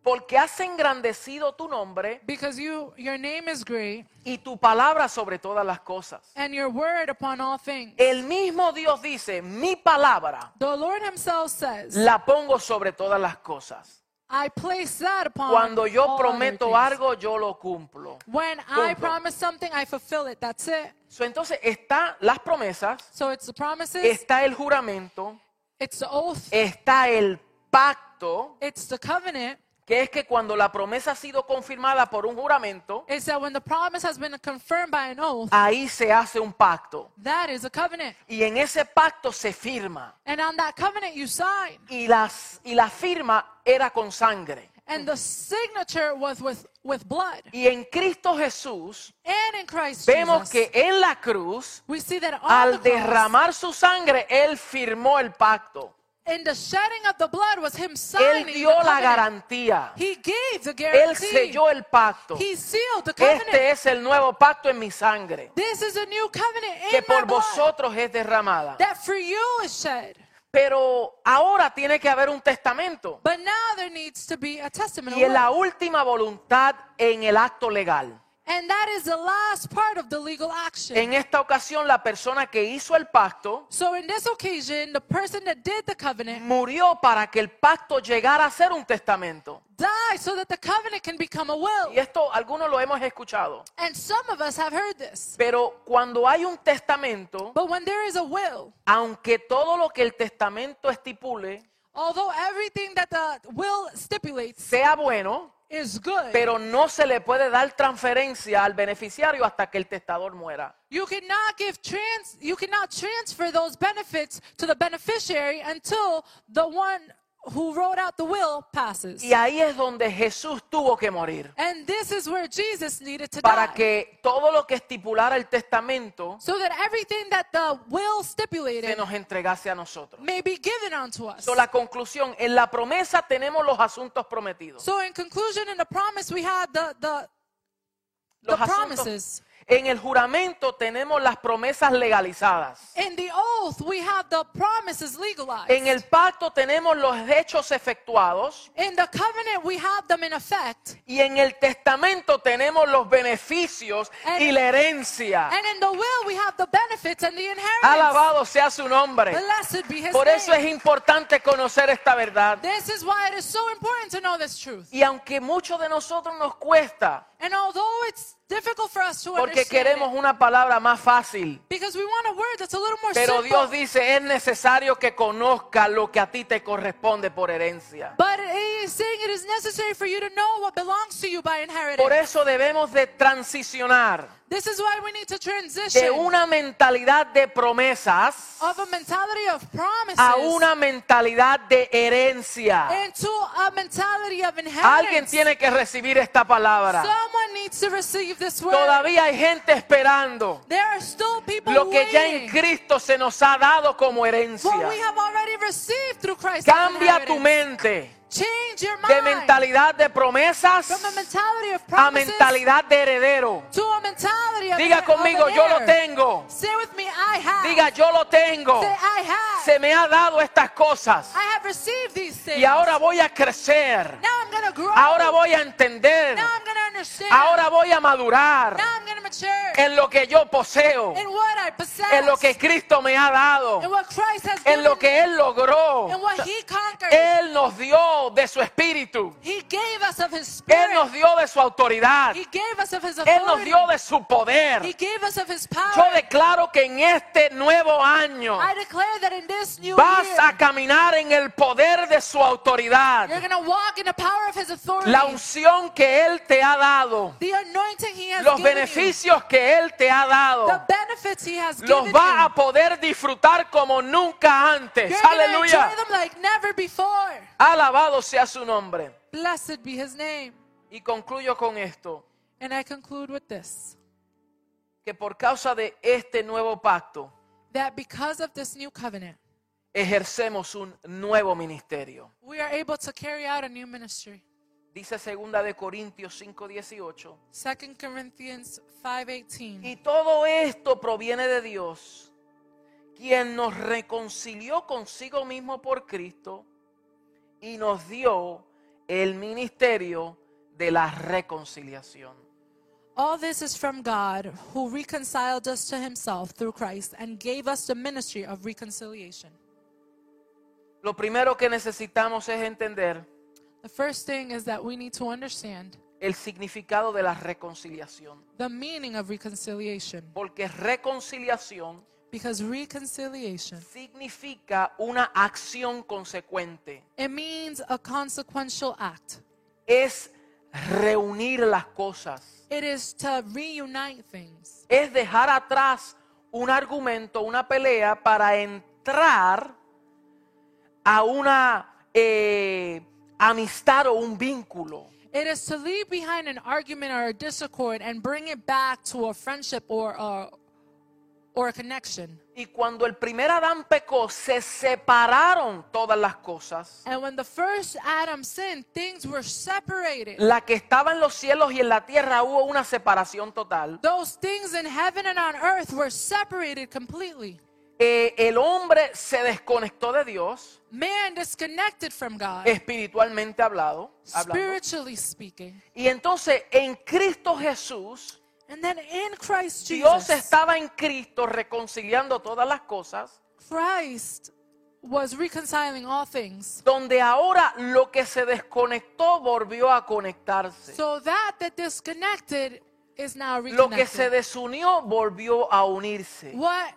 Speaker 1: Porque has engrandecido tu nombre
Speaker 2: because you your name is great
Speaker 1: y tu palabra sobre todas las cosas.
Speaker 2: and your word upon all things.
Speaker 1: El mismo Dios dice, mi palabra
Speaker 2: The Lord himself says,
Speaker 1: la pongo sobre todas las cosas.
Speaker 2: I place that upon
Speaker 1: Cuando yo
Speaker 2: all other
Speaker 1: prometo
Speaker 2: things.
Speaker 1: algo, yo lo cumplo.
Speaker 2: When I
Speaker 1: Punto.
Speaker 2: promise something, I fulfill it. That's it.
Speaker 1: So, entonces están las promesas,
Speaker 2: So it's the promises,
Speaker 1: está el juramento,
Speaker 2: it's the oath,
Speaker 1: está el pacto pacto,
Speaker 2: It's the covenant.
Speaker 1: que es que cuando la promesa ha sido confirmada por un juramento,
Speaker 2: It's that when the promise has been confirmed by an oath,
Speaker 1: ahí se hace un pacto.
Speaker 2: that is a covenant.
Speaker 1: Y en ese pacto se firma.
Speaker 2: And on that covenant, you sign.
Speaker 1: Y, las, y la firma era con sangre.
Speaker 2: And the signature was with, with blood.
Speaker 1: Y en Cristo Jesús
Speaker 2: And in Christ
Speaker 1: vemos
Speaker 2: Jesus,
Speaker 1: que en la cruz,
Speaker 2: we see that on the
Speaker 1: al
Speaker 2: cross,
Speaker 1: derramar su sangre, Él firmó el pacto.
Speaker 2: in the shedding of the blood was him signing
Speaker 1: Él dio
Speaker 2: the
Speaker 1: la
Speaker 2: covenant.
Speaker 1: garantía.
Speaker 2: He gave the
Speaker 1: Él
Speaker 2: guarantee.
Speaker 1: selló el pacto.
Speaker 2: He sealed the covenant.
Speaker 1: Este es el nuevo pacto en mi sangre,
Speaker 2: this is a new covenant
Speaker 1: que
Speaker 2: in my
Speaker 1: por
Speaker 2: blood
Speaker 1: vosotros es derramada.
Speaker 2: that for you is shed.
Speaker 1: Pero ahora tiene que haber un testamento.
Speaker 2: But now there needs to be a testament. a
Speaker 1: Y es la
Speaker 2: will.
Speaker 1: última voluntad en el acto legal.
Speaker 2: and that is the last part of the legal action.
Speaker 1: En esta ocasión, la persona que hizo el pacto
Speaker 2: so in this occasion, the person that did the covenant
Speaker 1: murió para que el pacto llegara a ser un testamento.
Speaker 2: died so that the covenant can become a will.
Speaker 1: Y esto algunos lo hemos escuchado.
Speaker 2: And some of us have heard this.
Speaker 1: Pero cuando hay un testamento,
Speaker 2: But when there is a will,
Speaker 1: aunque todo lo que el testamento estipule
Speaker 2: although everything that the will stipulates
Speaker 1: sea bueno,
Speaker 2: is good,
Speaker 1: pero no se le puede dar transferencia al beneficiario hasta que el testador muera.
Speaker 2: you cannot give trans you cannot transfer those benefits to the beneficiary until the one who wrote out the will passes.
Speaker 1: Y ahí es donde Jesús tuvo que morir
Speaker 2: And this is where Jesus needed to
Speaker 1: para
Speaker 2: die.
Speaker 1: que todo lo que estipulara el testamento
Speaker 2: so that everything that the will stipulated
Speaker 1: se nos entregase a nosotros.
Speaker 2: may be given unto us.
Speaker 1: So, la conclusión, en la promesa tenemos los asuntos prometidos.
Speaker 2: So in conclusion, in the promise we had the the, the
Speaker 1: Los asuntos,
Speaker 2: promises.
Speaker 1: en el juramento tenemos las promesas legalizadas.
Speaker 2: In the oath, we have the promises legalized.
Speaker 1: En el pacto tenemos los hechos efectuados.
Speaker 2: In the covenant, we have them in effect.
Speaker 1: Y en el testamento tenemos los beneficios y la herencia.
Speaker 2: And in the will, we have the benefits and the inheritance.
Speaker 1: Alabado sea su nombre.
Speaker 2: Blessed be his
Speaker 1: Por eso es
Speaker 2: name.
Speaker 1: importante conocer esta verdad.
Speaker 2: This is why it is so important to know this truth.
Speaker 1: Y aunque mucho de nosotros nos cuesta,
Speaker 2: And although it's difficult for us to
Speaker 1: porque
Speaker 2: understand
Speaker 1: queremos
Speaker 2: it,
Speaker 1: una palabra más fácil,
Speaker 2: because we want a word that's a little more
Speaker 1: pero
Speaker 2: simple,
Speaker 1: Dios dice, es necesario que conozca lo que a ti te corresponde por herencia.
Speaker 2: but he is saying it is necessary for you to know what belongs to you by inheritance.
Speaker 1: Por eso debemos de transicionar
Speaker 2: this is why we need to transition
Speaker 1: de una mentalidad de promesas
Speaker 2: of a mentality of promises
Speaker 1: a una mentalidad de herencia.
Speaker 2: into a mentality of inheritance.
Speaker 1: Alguien tiene que recibir esta palabra.
Speaker 2: Someone needs to receive this word.
Speaker 1: Todavía hay gente esperando.
Speaker 2: there are still people
Speaker 1: lo que ya en
Speaker 2: waiting.
Speaker 1: Cristo se nos ha dado como
Speaker 2: what we
Speaker 1: herencia.
Speaker 2: have already received through Christ.
Speaker 1: Cambia tu mente
Speaker 2: Change your mind
Speaker 1: de mentalidad de promesas
Speaker 2: from a mentality of
Speaker 1: a
Speaker 2: promises
Speaker 1: mentalidad de heredero.
Speaker 2: to a mentality of
Speaker 1: Diga
Speaker 2: of an
Speaker 1: conmigo, yo lo
Speaker 2: heir.
Speaker 1: tengo.
Speaker 2: Say with me, I have.
Speaker 1: Diga, yo lo tengo.
Speaker 2: Say, I have.
Speaker 1: Se me ha dado estas cosas.
Speaker 2: I have received these things.
Speaker 1: Y ahora voy a crecer.
Speaker 2: now I'm going to grow.
Speaker 1: Ahora voy a entender.
Speaker 2: now I'm going to understand.
Speaker 1: Ahora voy a madurar
Speaker 2: now I'm going to mature
Speaker 1: en lo que yo poseo,
Speaker 2: in what I possess,
Speaker 1: en lo que Cristo me ha
Speaker 2: in
Speaker 1: dado,
Speaker 2: what Christ has
Speaker 1: en
Speaker 2: given
Speaker 1: lo que Él
Speaker 2: me, in
Speaker 1: logró.
Speaker 2: what He conquered.
Speaker 1: Él nos dio de su espíritu.
Speaker 2: He gave us of His Spirit.
Speaker 1: Él nos dio de su autoridad.
Speaker 2: he gave us of His authority.
Speaker 1: Él nos dio de su
Speaker 2: he
Speaker 1: poder.
Speaker 2: gave us of His power.
Speaker 1: Yo declaro que en este nuevo año
Speaker 2: I declare that in this new
Speaker 1: vas
Speaker 2: year,
Speaker 1: a caminar en el poder de su
Speaker 2: you're
Speaker 1: autoridad.
Speaker 2: going to walk in the power of His authority,
Speaker 1: La unción que Él te ha dado,
Speaker 2: the anointing He has
Speaker 1: los
Speaker 2: given
Speaker 1: beneficios que Él te ha
Speaker 2: you, the
Speaker 1: dado,
Speaker 2: benefits He has
Speaker 1: los
Speaker 2: given
Speaker 1: va a poder disfrutar como nunca
Speaker 2: you.
Speaker 1: antes.
Speaker 2: You're going to enjoy
Speaker 1: Aleluya.
Speaker 2: them like never before.
Speaker 1: Alabado sea su nombre.
Speaker 2: Blessed be His name.
Speaker 1: Y concluyo con esto,
Speaker 2: And I conclude with this
Speaker 1: que por causa de este nuevo pacto,
Speaker 2: that because of this new covenant,
Speaker 1: ejercemos un nuevo ministerio.
Speaker 2: we are able to carry out a new ministry.
Speaker 1: Dice segunda de Corintios 5:18,
Speaker 2: 2 Corinthians 5:18.
Speaker 1: y todo esto proviene de Dios, quien nos reconcilió consigo mismo por Cristo y nos dio el ministerio de la reconciliación.
Speaker 2: All this is from God, who reconciled us to himself through Christ and gave us the ministry of reconciliation.
Speaker 1: Lo primero que necesitamos es entender
Speaker 2: The first thing is that we need to understand
Speaker 1: el significado de la reconciliación,
Speaker 2: the meaning of reconciliation
Speaker 1: porque reconciliación
Speaker 2: Because reconciliation,
Speaker 1: significa una acción consecuente.
Speaker 2: it means a consequential act.
Speaker 1: Es reunir las cosas.
Speaker 2: It is to reunite things.
Speaker 1: Es dejar atrás un argumento, una pelea para entrar a una eh, amistad o un vínculo.
Speaker 2: It is to leave behind an argument or a discord and bring it back to a friendship or a, or a connection.
Speaker 1: Y cuando el primer Adán pecó, se separaron todas las cosas.
Speaker 2: And when the first Adam sinned, things were separated.
Speaker 1: La que estaba en los cielos y en la tierra hubo una separación total.
Speaker 2: Those things in heaven and on earth were separated completely.
Speaker 1: Eh, el hombre se desconectó de Dios,
Speaker 2: Man disconnected from God,
Speaker 1: espiritualmente hablado, Eh, hablando.
Speaker 2: spiritually speaking.
Speaker 1: Y entonces en Cristo Jesús,
Speaker 2: And then in Christ
Speaker 1: Dios
Speaker 2: Jesus,
Speaker 1: estaba en Cristo reconciliando todas las cosas,
Speaker 2: Christ was reconciling all things.
Speaker 1: donde ahora lo que se desconectó volvió a conectarse.
Speaker 2: So that that disconnected is now
Speaker 1: Lo que se
Speaker 2: reconnected.
Speaker 1: desunió volvió a unirse.
Speaker 2: What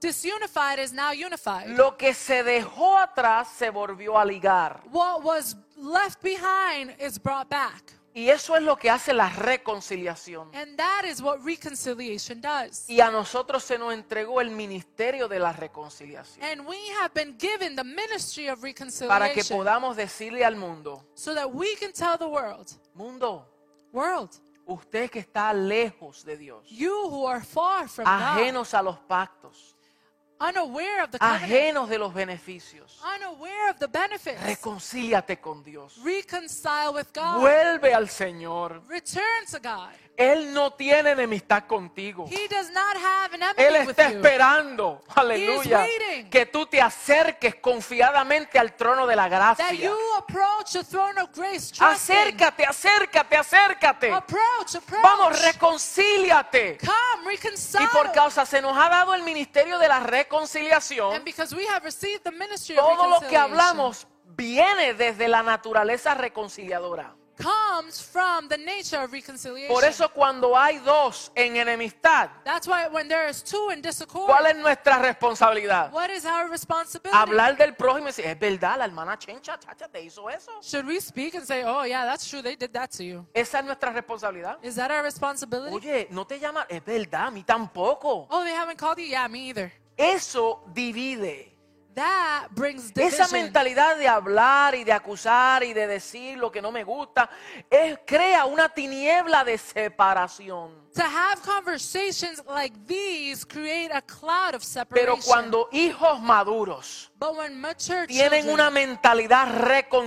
Speaker 2: disunified is now unified.
Speaker 1: Lo que se dejó atrás se volvió a ligar.
Speaker 2: What was left behind is brought back.
Speaker 1: Y eso es lo que hace la reconciliación.
Speaker 2: And that is what reconciliation does.
Speaker 1: Y a nosotros se nos entregó el ministerio de la reconciliación.
Speaker 2: And we have been given the ministry of
Speaker 1: Para que
Speaker 2: reconciliation
Speaker 1: podamos decirle al mundo,
Speaker 2: so that we can tell the world,
Speaker 1: mundo,
Speaker 2: world,
Speaker 1: usted que está lejos de Dios,
Speaker 2: you who are far from God,
Speaker 1: ajenos a los pactos,
Speaker 2: unaware of the covenant,
Speaker 1: ajenos de los
Speaker 2: Ah,
Speaker 1: beneficios,
Speaker 2: unaware of the benefits,
Speaker 1: reconcíliate con Dios.
Speaker 2: reconcile with God,
Speaker 1: Vuelve al Señor.
Speaker 2: return to God.
Speaker 1: Él no tiene enemistad contigo.
Speaker 2: He does not have an
Speaker 1: Él
Speaker 2: enemy with
Speaker 1: está
Speaker 2: you.
Speaker 1: esperando, aleluya,
Speaker 2: waiting.
Speaker 1: que tú te acerques confiadamente al trono de la
Speaker 2: That
Speaker 1: gracia.
Speaker 2: you approach the throne of grace, trusting.
Speaker 1: Acércate, acércate, acércate.
Speaker 2: Approach, approach.
Speaker 1: Vamos, reconcíliate.
Speaker 2: Come,
Speaker 1: Y
Speaker 2: reconcile.
Speaker 1: por causa se nos ha dado el ministerio de la reconciliación,
Speaker 2: and because we have received the ministry of
Speaker 1: todo lo que
Speaker 2: reconciliation
Speaker 1: hablamos viene desde la naturaleza reconciliadora.
Speaker 2: comes from the nature of reconciliation.
Speaker 1: Por eso cuando hay dos en enemistad,
Speaker 2: That's why when there is two in disaccord,
Speaker 1: ¿cuál es nuestra responsabilidad?
Speaker 2: what is our responsibility?
Speaker 1: Hablar del prójimo y decir, es verdad, la hermana Chencha, chacha, te hizo eso.
Speaker 2: Should we speak and say, oh, yeah, that's true, they did that to you?
Speaker 1: Esa es nuestra responsabilidad.
Speaker 2: Is that our responsibility?
Speaker 1: Oye, no te llaman, es verdad, a mí tampoco.
Speaker 2: Oh, they haven't called you? Yeah, me either.
Speaker 1: Eso divide.
Speaker 2: That brings
Speaker 1: Esa
Speaker 2: division.
Speaker 1: mentalidad de hablar y de acusar y de decir lo que no me gusta, es, crea una tiniebla de separación.
Speaker 2: To have conversations like these create a cloud of
Speaker 1: Pero
Speaker 2: separation.
Speaker 1: cuando hijos maduros
Speaker 2: but when mature
Speaker 1: tienen
Speaker 2: children
Speaker 1: una mentalidad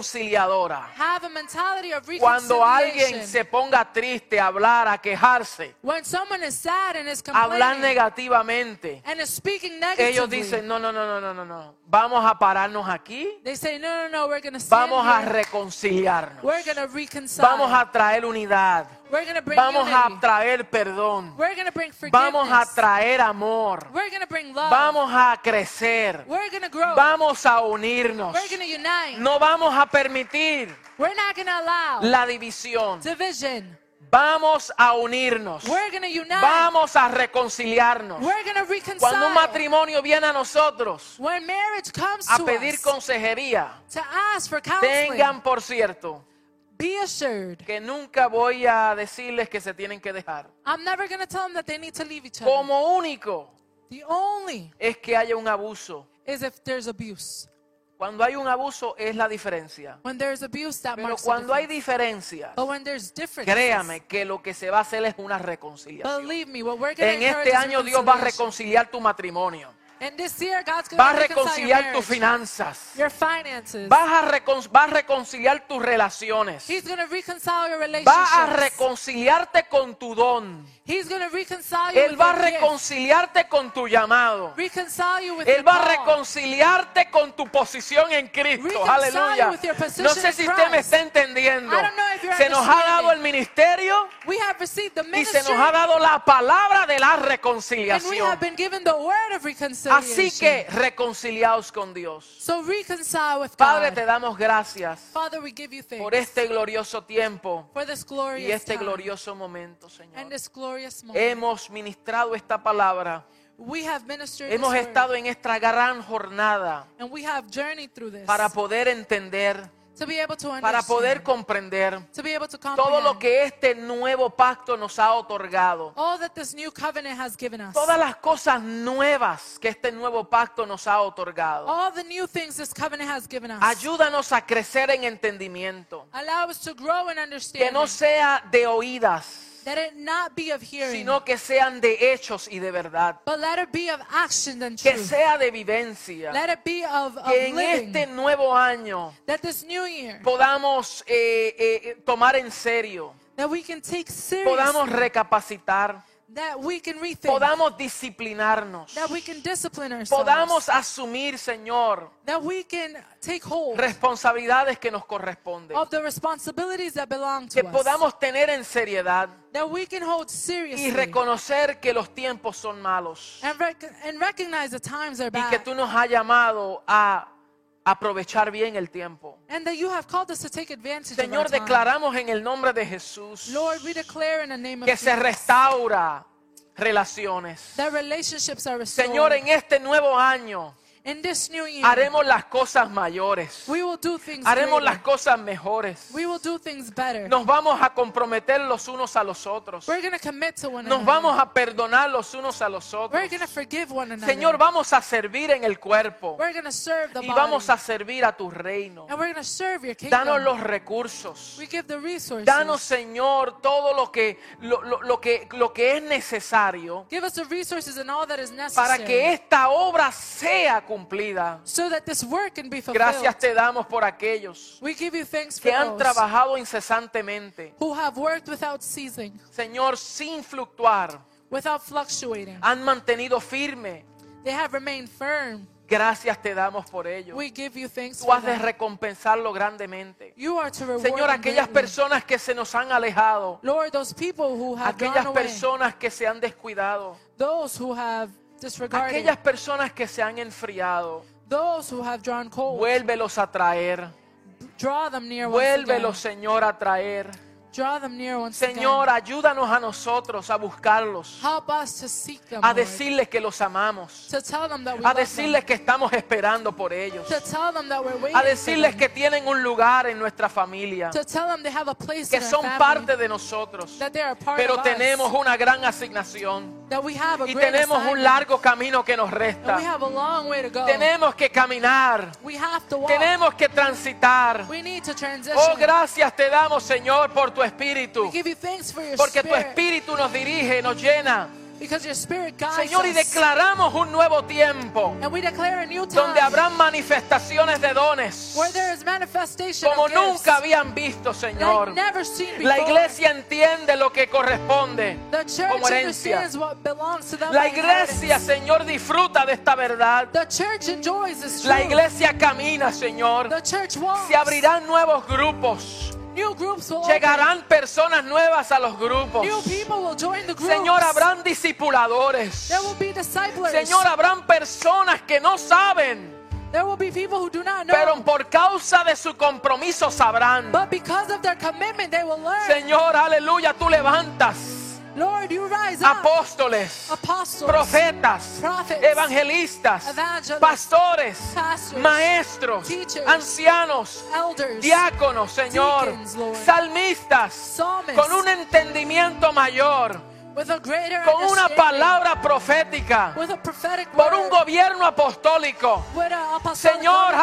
Speaker 1: reconciliadora,
Speaker 2: have a mentality of reconciliation,
Speaker 1: cuando alguien se ponga triste, a hablar, a quejarse,
Speaker 2: when someone is sad and is
Speaker 1: a hablar
Speaker 2: complaining
Speaker 1: negativamente,
Speaker 2: and is speaking
Speaker 1: ellos
Speaker 2: negatively,
Speaker 1: dicen, no, no, no, no, no, no, no, vamos a pararnos aquí,
Speaker 2: they say, no, no, no, we're going to stand
Speaker 1: vamos a
Speaker 2: here.
Speaker 1: reconciliarnos,
Speaker 2: We're going to reconcile.
Speaker 1: vamos a traer unidad,
Speaker 2: we're going to bring
Speaker 1: vamos a
Speaker 2: unity.
Speaker 1: traer perdón.
Speaker 2: We're going to bring forgiveness.
Speaker 1: Vamos a traer amor.
Speaker 2: we're going to bring love.
Speaker 1: Vamos a crecer.
Speaker 2: we're going to grow.
Speaker 1: Vamos a unirnos.
Speaker 2: we're going to unite. Oh.
Speaker 1: No vamos a permitir
Speaker 2: we're not going to allow
Speaker 1: la división.
Speaker 2: division.
Speaker 1: Vamos a unirnos.
Speaker 2: We're going to unite.
Speaker 1: Vamos a reconciliarnos.
Speaker 2: We're going to
Speaker 1: Cuando un
Speaker 2: reconcile.
Speaker 1: matrimonio viene a nosotros
Speaker 2: When marriage comes
Speaker 1: a
Speaker 2: to
Speaker 1: pedir
Speaker 2: us
Speaker 1: consejería,
Speaker 2: to ask for counseling,
Speaker 1: tengan por cierto
Speaker 2: be assured.
Speaker 1: que nunca voy a decirles que se tienen que dejar.
Speaker 2: I'm never going to tell them that they need to leave each other.
Speaker 1: Como único
Speaker 2: The only
Speaker 1: es que haya un abuso.
Speaker 2: is if there's abuse.
Speaker 1: Cuando hay un abuso es la diferencia.
Speaker 2: When there's abuse, that
Speaker 1: Pero
Speaker 2: marks a
Speaker 1: cuando hay
Speaker 2: difference.
Speaker 1: diferencias,
Speaker 2: But when there's differences,
Speaker 1: créame que lo que se va a hacer es una reconciliación.
Speaker 2: believe me, what we're going
Speaker 1: En
Speaker 2: to
Speaker 1: este año Dios va a reconciliar tu matrimonio,
Speaker 2: And this year, God's going
Speaker 1: va a
Speaker 2: to reconcile your,
Speaker 1: reconciliar tus
Speaker 2: marriage,
Speaker 1: finanzas,
Speaker 2: your finances.
Speaker 1: vas a recon- va a reconciliar tus relaciones,
Speaker 2: He's going to reconcile your
Speaker 1: va a
Speaker 2: relationships.
Speaker 1: reconciliarte con tu don,
Speaker 2: He's going to reconcile you
Speaker 1: Él
Speaker 2: with
Speaker 1: va a
Speaker 2: your gift.
Speaker 1: reconciliarte con tu llamado,
Speaker 2: Reconcile you with
Speaker 1: Él
Speaker 2: your
Speaker 1: va a
Speaker 2: call.
Speaker 1: reconciliarte con tu posición en Cristo,
Speaker 2: Reconcile
Speaker 1: aleluya.
Speaker 2: with your position
Speaker 1: No sé
Speaker 2: in
Speaker 1: si usted me
Speaker 2: Christ.
Speaker 1: está entendiendo,
Speaker 2: I don't know if you're
Speaker 1: se nos ha dado
Speaker 2: understanding.
Speaker 1: el ministerio.
Speaker 2: We have received the
Speaker 1: y
Speaker 2: ministry
Speaker 1: se nos ha dado la palabra de la
Speaker 2: and we
Speaker 1: reconciliación.
Speaker 2: have been given the word of reconciliation.
Speaker 1: Así que reconciliaos con Dios.
Speaker 2: so reconcile with
Speaker 1: Padre,
Speaker 2: God.
Speaker 1: te damos gracias
Speaker 2: Father, we give you thanks
Speaker 1: por este glorioso tiempo
Speaker 2: for this
Speaker 1: y
Speaker 2: glorious
Speaker 1: este
Speaker 2: time
Speaker 1: glorioso momento, Señor.
Speaker 2: and this glorious moment.
Speaker 1: Hemos ministrado esta palabra
Speaker 2: We have ministered this
Speaker 1: Hemos
Speaker 2: word,
Speaker 1: estado en esta gran jornada
Speaker 2: and we have journeyed through this
Speaker 1: para poder entender,
Speaker 2: to be able to
Speaker 1: para
Speaker 2: understand,
Speaker 1: poder comprender
Speaker 2: to be able to
Speaker 1: todo
Speaker 2: comprehend
Speaker 1: lo que este nuevo pacto nos ha otorgado.
Speaker 2: all that this new covenant has given us,
Speaker 1: Todas las cosas nuevas que este nuevo pacto nos ha otorgado.
Speaker 2: all the new things this covenant has given us.
Speaker 1: Ayúdanos a crecer en entendimiento.
Speaker 2: Allow us to grow and
Speaker 1: Que
Speaker 2: understand
Speaker 1: no sea de oídas,
Speaker 2: that it not be of hearing,
Speaker 1: sino que sean de hechos y de verdad.
Speaker 2: but let it be of action and
Speaker 1: Que
Speaker 2: truth.
Speaker 1: sea de vivencia.
Speaker 2: Let it be of, of
Speaker 1: Que en
Speaker 2: living.
Speaker 1: este nuevo año
Speaker 2: that this new year,
Speaker 1: podamos eh, eh, tomar en serio,
Speaker 2: that we can take seriously,
Speaker 1: podamos recapacitar,
Speaker 2: that we can rethink,
Speaker 1: podamos disciplinarnos,
Speaker 2: that we can discipline ourselves,
Speaker 1: podamos asumir, Señor,
Speaker 2: that we can take hold
Speaker 1: responsabilidades que nos corresponden,
Speaker 2: of the responsibilities that belong to
Speaker 1: que
Speaker 2: us,
Speaker 1: podamos tener en seriedad
Speaker 2: that we can hold
Speaker 1: y
Speaker 2: seriously
Speaker 1: reconocer que los tiempos son malos
Speaker 2: and, rec- and recognize the times are
Speaker 1: y
Speaker 2: bad,
Speaker 1: que tú nos has llamado a aprovechar bien el tiempo.
Speaker 2: and that you have called us to take advantage
Speaker 1: Señor,
Speaker 2: of our time.
Speaker 1: declaramos en el nombre de Jesús
Speaker 2: Lord, we declare in the name of
Speaker 1: que se
Speaker 2: Jesus
Speaker 1: restaura relaciones.
Speaker 2: that relationships are restored.
Speaker 1: Señor, en este nuevo año
Speaker 2: in this new year,
Speaker 1: haremos las cosas mayores,
Speaker 2: we will do things
Speaker 1: haremos
Speaker 2: greater.
Speaker 1: las cosas mejores,
Speaker 2: We will do things better.
Speaker 1: nos vamos a comprometer los unos a los otros,
Speaker 2: We're going to commit to one
Speaker 1: nos
Speaker 2: another.
Speaker 1: vamos a perdonar los unos a los otros.
Speaker 2: We're going to forgive one another.
Speaker 1: Señor, vamos a servir en el cuerpo
Speaker 2: We're going to serve the
Speaker 1: y
Speaker 2: body.
Speaker 1: vamos a servir a tu reino.
Speaker 2: and we're going to serve your kingdom.
Speaker 1: Danos los recursos.
Speaker 2: we give the resources.
Speaker 1: Danos, Señor, todo lo que, lo, lo- lo que, lo que es necesario
Speaker 2: give us the resources and all that is necessary
Speaker 1: para que esta obra sea cumplida.
Speaker 2: so that this work can be fulfilled.
Speaker 1: Gracias te damos por aquellos
Speaker 2: we give you thanks for
Speaker 1: que han
Speaker 2: those
Speaker 1: trabajado incesantemente,
Speaker 2: who have worked without ceasing,
Speaker 1: Señor, sin fluctuar,
Speaker 2: without fluctuating.
Speaker 1: han mantenido firme.
Speaker 2: they have remained firm.
Speaker 1: Gracias te damos por ello.
Speaker 2: We give you thanks
Speaker 1: Tú
Speaker 2: for
Speaker 1: has de
Speaker 2: that.
Speaker 1: recompensarlo grandemente.
Speaker 2: You are to reward
Speaker 1: Señor,
Speaker 2: them
Speaker 1: aquellas
Speaker 2: greatly.
Speaker 1: personas que se nos han alejado,
Speaker 2: Lord, those people who have
Speaker 1: aquellas
Speaker 2: gone away,
Speaker 1: personas que se han descuidado,
Speaker 2: those who have disregarded,
Speaker 1: aquellas personas que se han enfriado,
Speaker 2: those who have drawn cold,
Speaker 1: vuélvelos a traer.
Speaker 2: draw them near
Speaker 1: Vuélvelos,
Speaker 2: once again.
Speaker 1: Señor, a traer.
Speaker 2: Draw them near once
Speaker 1: Señor,
Speaker 2: again.
Speaker 1: ayúdanos a nosotros a buscarlos,
Speaker 2: Help us to seek them,
Speaker 1: a
Speaker 2: Lord,
Speaker 1: decirles que los amamos.
Speaker 2: to tell them that we
Speaker 1: a
Speaker 2: love
Speaker 1: decirles que estamos esperando por ellos,
Speaker 2: them, to tell them that we're waiting
Speaker 1: a
Speaker 2: for
Speaker 1: decirles
Speaker 2: them,
Speaker 1: que tienen un lugar en nuestra familia,
Speaker 2: to tell them they have a place
Speaker 1: que
Speaker 2: in our
Speaker 1: son
Speaker 2: family,
Speaker 1: parte de nosotros,
Speaker 2: that they are a part
Speaker 1: pero
Speaker 2: of
Speaker 1: tenemos
Speaker 2: us,
Speaker 1: una gran asignación
Speaker 2: that we have a
Speaker 1: y
Speaker 2: great
Speaker 1: tenemos un
Speaker 2: assignment,
Speaker 1: largo camino que nos
Speaker 2: and we
Speaker 1: resta.
Speaker 2: have a long way to go.
Speaker 1: Tenemos que caminar,
Speaker 2: we have to walk.
Speaker 1: tenemos que transitar.
Speaker 2: we need to transition.
Speaker 1: Oh, gracias te damos, Señor, por tu espíritu,
Speaker 2: we give you thanks for your
Speaker 1: porque tu
Speaker 2: spirit,
Speaker 1: espíritu nos dirige, nos llena.
Speaker 2: because your spirit guides
Speaker 1: Señor, y
Speaker 2: us.
Speaker 1: declaramos un nuevo tiempo
Speaker 2: and we declare a new time
Speaker 1: donde habrá manifestaciones de dones.
Speaker 2: where there is manifestation
Speaker 1: como
Speaker 2: of gifts
Speaker 1: nunca habían visto, Señor.
Speaker 2: like never seen before.
Speaker 1: La iglesia entiende lo que corresponde
Speaker 2: the church
Speaker 1: como herencia.
Speaker 2: understands what belongs to them.
Speaker 1: La
Speaker 2: by
Speaker 1: iglesia,
Speaker 2: inheritance.
Speaker 1: Señor, disfruta de esta verdad.
Speaker 2: The church enjoys this truth.
Speaker 1: La iglesia camina, Señor.
Speaker 2: The church walks.
Speaker 1: Se abrirán nuevos grupos.
Speaker 2: New groups will
Speaker 1: Llegarán personas nuevas a los
Speaker 2: open.
Speaker 1: grupos.
Speaker 2: New people will join the groups.
Speaker 1: Señor, habrán discipuladores.
Speaker 2: There will be disciples.
Speaker 1: Señor, habrán personas que no saben,
Speaker 2: there will be people who do not know.
Speaker 1: pero por causa de su compromiso sabrán.
Speaker 2: but because of their commitment, they will learn.
Speaker 1: Señor, aleluya, tú levantas
Speaker 2: Lord, you rise up.
Speaker 1: apóstoles.
Speaker 2: Apostles.
Speaker 1: profetas,
Speaker 2: Prophets,
Speaker 1: evangelistas,
Speaker 2: evangelists,
Speaker 1: pastores,
Speaker 2: pastors,
Speaker 1: maestros,
Speaker 2: teachers,
Speaker 1: ancianos,
Speaker 2: Elders.
Speaker 1: diáconos, Señor,
Speaker 2: deacons, Lord,
Speaker 1: salmistas,
Speaker 2: Psalmists.
Speaker 1: con un entendimiento mayor,
Speaker 2: with a greater
Speaker 1: con una
Speaker 2: understanding,
Speaker 1: palabra profética,
Speaker 2: With a prophetic
Speaker 1: por
Speaker 2: word.
Speaker 1: un gobierno apostólico.
Speaker 2: with a apostolic
Speaker 1: Señor,
Speaker 2: government.